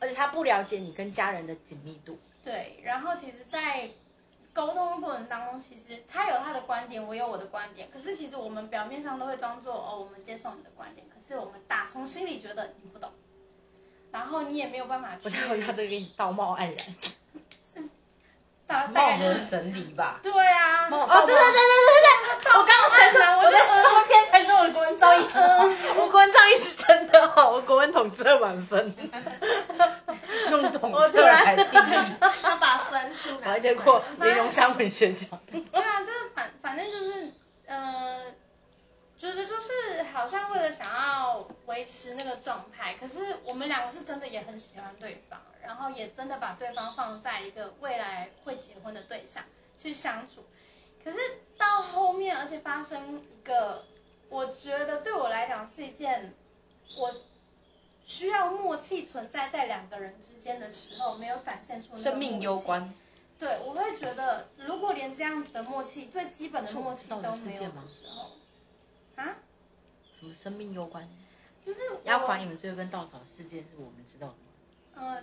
[SPEAKER 1] 而且他不了解你跟家人的紧密度。
[SPEAKER 2] 对，然后其实，在沟通的过程当中，其实他有他的观点，我有我的观点，可是其实我们表面上都会装作哦，我们接受你的观点，可是我们打从心里觉得你不懂，然后你也没有办法去
[SPEAKER 1] 我待会要这个给你道貌岸然。
[SPEAKER 2] 大大
[SPEAKER 3] 貌
[SPEAKER 2] 概就
[SPEAKER 3] 合
[SPEAKER 2] 是
[SPEAKER 3] 神离吧。
[SPEAKER 2] 对啊，
[SPEAKER 1] 哦，对对对对对对，我刚刚才说
[SPEAKER 2] 我
[SPEAKER 1] 我在
[SPEAKER 2] 说
[SPEAKER 1] 上面才说我的国文造诣很好，我国文造诣是真的好，我国文统测满分，
[SPEAKER 3] 用统
[SPEAKER 1] 我突
[SPEAKER 3] 测
[SPEAKER 1] 然
[SPEAKER 3] 来定义，
[SPEAKER 4] 他把分数
[SPEAKER 1] 然
[SPEAKER 4] 拿
[SPEAKER 1] 后
[SPEAKER 4] 出
[SPEAKER 1] 结
[SPEAKER 4] 来
[SPEAKER 1] 果林荣山文学奖。
[SPEAKER 2] 对啊，就是反反正就是呃，觉得就是好像为了想要维持那个状态，可是我们两个是真的也很喜欢对方，然后也真的把对方放在一个未来会结婚的对象去相处，可是到后面，而且发生一个，我觉得对我来讲是一件我。需要默契存在在两个人之间的时候，没有展现出那个
[SPEAKER 3] 生命
[SPEAKER 2] 默
[SPEAKER 3] 攸
[SPEAKER 2] 契
[SPEAKER 3] 关。
[SPEAKER 2] 对，我会觉得，如果连这样子的默契，最基本的默契都没有
[SPEAKER 3] 是我知道的世界吗
[SPEAKER 2] 的时候，啊，
[SPEAKER 1] 什么生命攸关？
[SPEAKER 2] 就是
[SPEAKER 1] 丫
[SPEAKER 2] 我
[SPEAKER 1] 鬟你们最后跟稻草事件是我们知道的吗？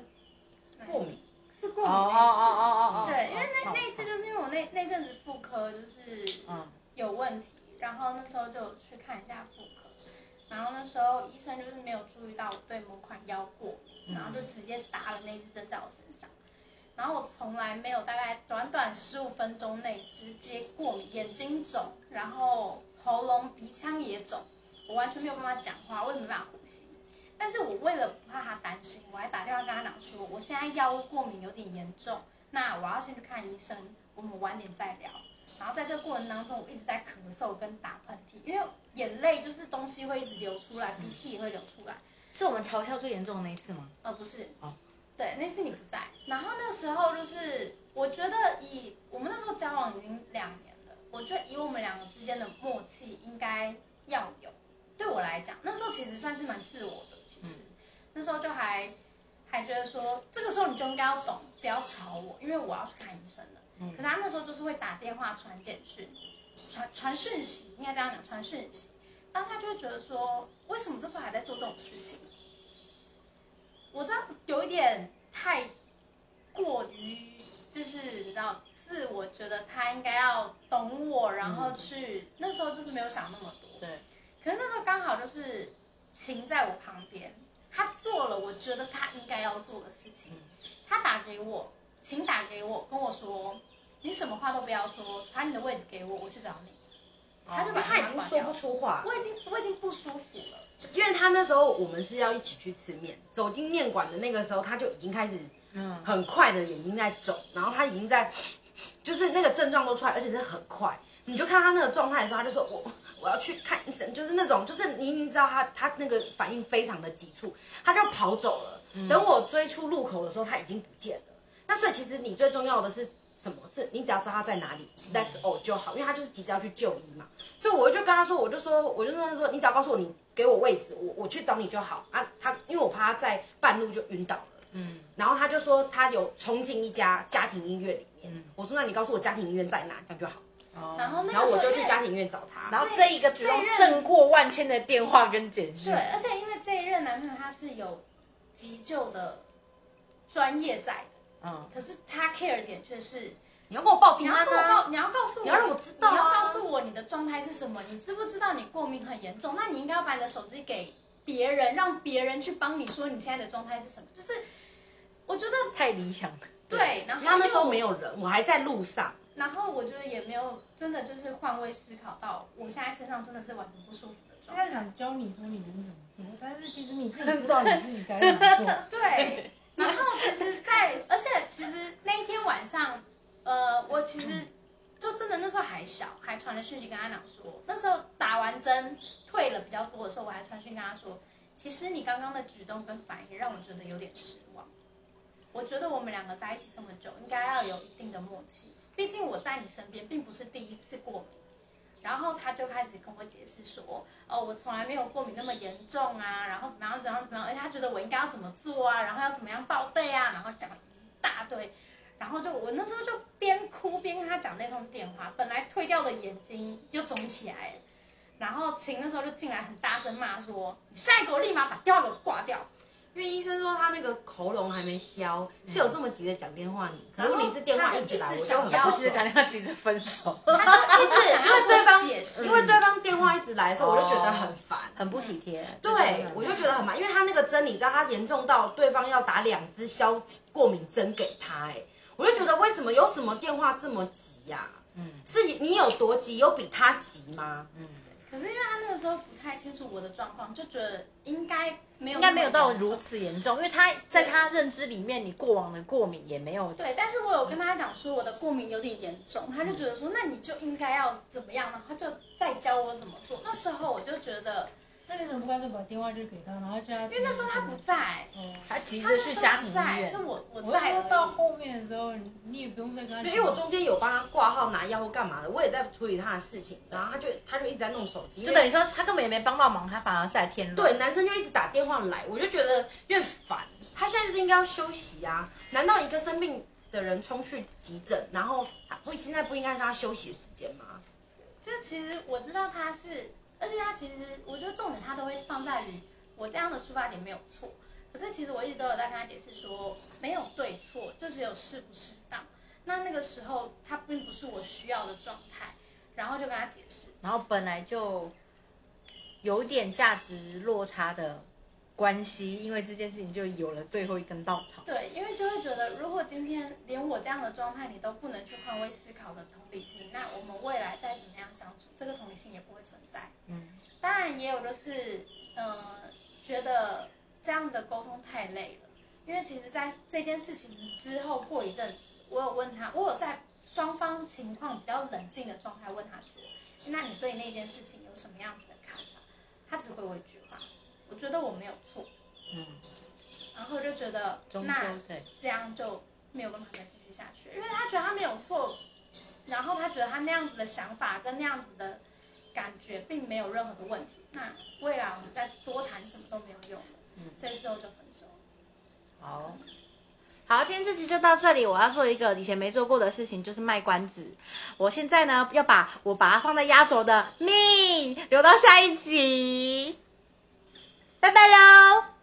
[SPEAKER 2] 嗯、
[SPEAKER 3] 过敏，
[SPEAKER 2] 是过敏那一次
[SPEAKER 1] 哦
[SPEAKER 2] 对，因为那那一次就是因为我那那阵子妇科就是
[SPEAKER 1] 嗯
[SPEAKER 2] 有问题，然后那时候就有去看一下妇科，然后那时候医生就是没有注意到我对某款药过敏，然后就直接打了那一支针在我身上。然后我从来没有大概短短十五分钟内直接过敏，眼睛肿，然后喉咙、鼻腔也肿，我完全没有办法讲话，我也没办法呼吸。但是我为了不怕他担心，我还打电话跟他讲说，我现在药物过敏有点严重，那我要先去看医生，我们晚点再聊。然后在这个过程当中，我一直在咳嗽跟打喷嚏，因为眼泪就是东西会一直流出来，鼻涕也会流出来。
[SPEAKER 1] 是我们嘲笑最严重的那一次吗？
[SPEAKER 2] 呃，不是，
[SPEAKER 1] 哦
[SPEAKER 2] 对，那次你不在。然后那时候就是，我觉得以我们那时候交往已经两年了，我觉得以我们两个之间的默契应该要有。对我来讲，那时候其实算是蛮自我的，其实、那时候就还还觉得说，这个时候你就应该要懂，不要吵我，因为我要去看医生了。可是他那时候就是会打电话、传简讯、传传讯息，应该这样讲，传讯息。当时他就会觉得说，为什么这时候还在做这种事情？我知道有一点太过于，就是你知道，自我觉得他应该要懂我，然后去、那时候就是没有想那么多。
[SPEAKER 1] 对。
[SPEAKER 2] 可是那时候刚好就是晴在我旁边，他做了我觉得他应该要做的事情。
[SPEAKER 3] 嗯
[SPEAKER 2] 他打给我，请打给我，跟我说你什么话都不要说，传你的位置给
[SPEAKER 1] 哦
[SPEAKER 2] 我，我去找你。他就把
[SPEAKER 3] 他已
[SPEAKER 2] 它
[SPEAKER 3] 经
[SPEAKER 2] 关
[SPEAKER 3] 说
[SPEAKER 2] 掉
[SPEAKER 3] 不出话，
[SPEAKER 2] 我已经我已经不舒服了。
[SPEAKER 3] 因为他他那时候我们是要一起去吃面，走进面馆的那个时候，他就已经开始
[SPEAKER 1] 嗯，
[SPEAKER 3] 很快的眼睛在肿，然后他已经在，就是那个症状都出来，而且是很快。你就看他那个状态的时候，他就说我我要去看医生，就是那种，就是你已经知道他他那个反应非常的急促，他就跑走了。等我追出路口的时候，他已经不见了。那所以其实你最重要的是什么？是你只要知道他在哪里，That's all 就好，因为他就是急着要去就医嘛。所以我就跟他说，我就说，我就跟他说，你只要告诉我你给我位置，我我去找你就好啊。他因为我怕他在半路就晕倒了，嗯，然后他就说他有冲进一家家庭医院里面。我说那你告诉我家庭医院在哪，这样就好。
[SPEAKER 2] 然后那
[SPEAKER 3] 然后
[SPEAKER 2] 个
[SPEAKER 3] 我
[SPEAKER 2] 时
[SPEAKER 3] 就
[SPEAKER 2] 候因
[SPEAKER 3] 去
[SPEAKER 2] 为
[SPEAKER 3] 家庭医院找他，
[SPEAKER 1] 哦然后这一个举动胜过万千的电话跟简讯
[SPEAKER 2] 对，，而且因为这一任男朋友他是有急救的专业在的，
[SPEAKER 1] 嗯，
[SPEAKER 2] 可是他 care 点却是
[SPEAKER 3] 你要跟我报
[SPEAKER 2] 你
[SPEAKER 3] 平
[SPEAKER 2] 要
[SPEAKER 3] 安
[SPEAKER 2] 跟我
[SPEAKER 3] 啊
[SPEAKER 2] 告，。你要告诉我，
[SPEAKER 3] 你要让我知道啊
[SPEAKER 2] 你要告诉我你的状态是什么，你知不知道你过敏很严重？那你应该要把你的手机给别人，让别人去帮你说你现在的状态是什么。就是我觉得
[SPEAKER 1] 太理想了。
[SPEAKER 2] 对，然
[SPEAKER 3] 因
[SPEAKER 2] 后
[SPEAKER 3] 为他那时候没
[SPEAKER 2] 有，
[SPEAKER 3] 有人，我还在路上。
[SPEAKER 2] 然后我觉得也没有真的就是换位思考到我现在身上真的是完全不舒服的状
[SPEAKER 5] 他
[SPEAKER 2] 态。
[SPEAKER 5] 是想教你说你能怎么做，但是其实你自己知道你自己该怎么 做。
[SPEAKER 2] 对，然后其实在，而且其实那一天晚上，呃，我其实就真的那时候还小，还传了讯息跟他讲说，那时候打完针退了比较多的时候，我还传讯跟他说，其实你刚刚的举动跟反应让我觉得有点失望。我觉得我们两个在一起这么久，应该要有一定的默契。毕竟我在你身边并不是第一次过敏，然后他就开始跟我解释说，哦，我从来没有过敏那么严重啊，然后怎么样怎么样怎么样，而且他觉得我应该要怎么做啊，然后要怎么样报备啊，然后讲了一大堆，然后就我那时候就边哭边跟他讲那通电话，本来退掉的眼睛又肿起来了，然后晴那时候就进来很大声骂说，你现在给我立马把电话给我挂掉，
[SPEAKER 3] 因为医生说他那个喉咙还没消，是有这么急着讲电话你，可是每次电话一直 来，我就很
[SPEAKER 2] 然
[SPEAKER 1] 我
[SPEAKER 2] 后
[SPEAKER 3] 不
[SPEAKER 2] 他
[SPEAKER 1] 只
[SPEAKER 2] 就一
[SPEAKER 1] 是打。电
[SPEAKER 3] 爽
[SPEAKER 1] 话急着分手，
[SPEAKER 2] 他就
[SPEAKER 3] 不
[SPEAKER 2] 一直
[SPEAKER 3] 是
[SPEAKER 2] 想
[SPEAKER 3] 因
[SPEAKER 2] 要
[SPEAKER 3] 为
[SPEAKER 2] 跟
[SPEAKER 3] 对
[SPEAKER 2] 我
[SPEAKER 3] 方，
[SPEAKER 2] 解释
[SPEAKER 3] 因，为对方电话一直来的时候，我就觉得很烦。
[SPEAKER 1] 很不体贴。
[SPEAKER 3] 对，我就觉得很烦，因为他那个针，你知道他严重到对方要打两支消过敏针给他、哎，我就觉得为什么有什么电话这么急呀、嗯，是你有多急，有比他急吗？嗯，
[SPEAKER 2] 可是因为他那个时候不太清楚我的状况，就觉得应该没有
[SPEAKER 1] 应
[SPEAKER 2] 那
[SPEAKER 1] 该
[SPEAKER 2] 么
[SPEAKER 1] 没有到
[SPEAKER 2] 严重
[SPEAKER 1] 如此严重，因为他在他认知里面，你过往的过敏也没有
[SPEAKER 2] 对，但是我有跟他讲说我的过敏有点严重，他就觉得说那你就应该要怎么样，然后他就再教我怎么做。那时候我就觉得，
[SPEAKER 5] 那你怎么不干脆把电话就给他，然后叫他？因
[SPEAKER 2] 因为那时候他不，在，
[SPEAKER 5] 哦，
[SPEAKER 1] 他急
[SPEAKER 2] 他
[SPEAKER 1] 着
[SPEAKER 2] 那时
[SPEAKER 1] 去
[SPEAKER 2] 候
[SPEAKER 1] 家庭
[SPEAKER 2] 不
[SPEAKER 1] 医
[SPEAKER 2] 在，
[SPEAKER 1] 院
[SPEAKER 2] 是，我我
[SPEAKER 5] 我
[SPEAKER 2] 在
[SPEAKER 5] 说
[SPEAKER 2] 而已
[SPEAKER 5] 到后面的时候，你你也不用再跟他讲。
[SPEAKER 3] 因为我中间有帮他挂号拿药或干嘛的，我也在处理他的事情，然后他就他就一直在弄手机，
[SPEAKER 1] 就等于说他根本也没帮到忙，他反而是来添乱。
[SPEAKER 3] 对，男生就一直打电话来，我就觉得有点烦。他现在就是应该要休息啊！难道一个生病的人冲去急诊，然后他不现在不应该是他休息的时间吗？
[SPEAKER 2] 就是其实我知道他是，而且他其实我觉得重点他都会放在于我这样的出发点没有错，可是其实我一直都有在跟他解释说没有对错，就只有适不适当。那那个时候他并不是我需要的状态，然后就跟他解释。
[SPEAKER 1] 然后本来就有点价值落差的关系，因为这件事情就有了最后一根稻草。
[SPEAKER 2] 对，因为就会觉得，如果今天连我这样的状态你都不能去换位思考的同理心，那我们未来再怎么样相处，这个同理心也不会存在。
[SPEAKER 1] 嗯，
[SPEAKER 2] 当然也有就是，呃，觉得这样子的沟通太累了，因为其实在这件事情之后过一阵子，我有问他，我有在双方情况比较冷静的状态问他说，那你对那件事情有什么样子的看法？他只回我一句话，我觉得我没有错。
[SPEAKER 1] 嗯，
[SPEAKER 2] 然后我就觉得
[SPEAKER 1] 终究
[SPEAKER 2] 那。
[SPEAKER 1] 对，
[SPEAKER 2] 这样就没有办法再继续下去，因为他觉得他没有错，然后他觉得他那样子的想法跟那样子的感觉并没有任何的问题。那未来我们再多谈什么都没有用了，所以之后就分手。
[SPEAKER 3] 哦
[SPEAKER 1] 好。好，今天这集就到这里。我要做一个以前没做过的事情，就是卖关子。我现在呢，要把我把它放在压轴的命留到下一集。拜拜喽。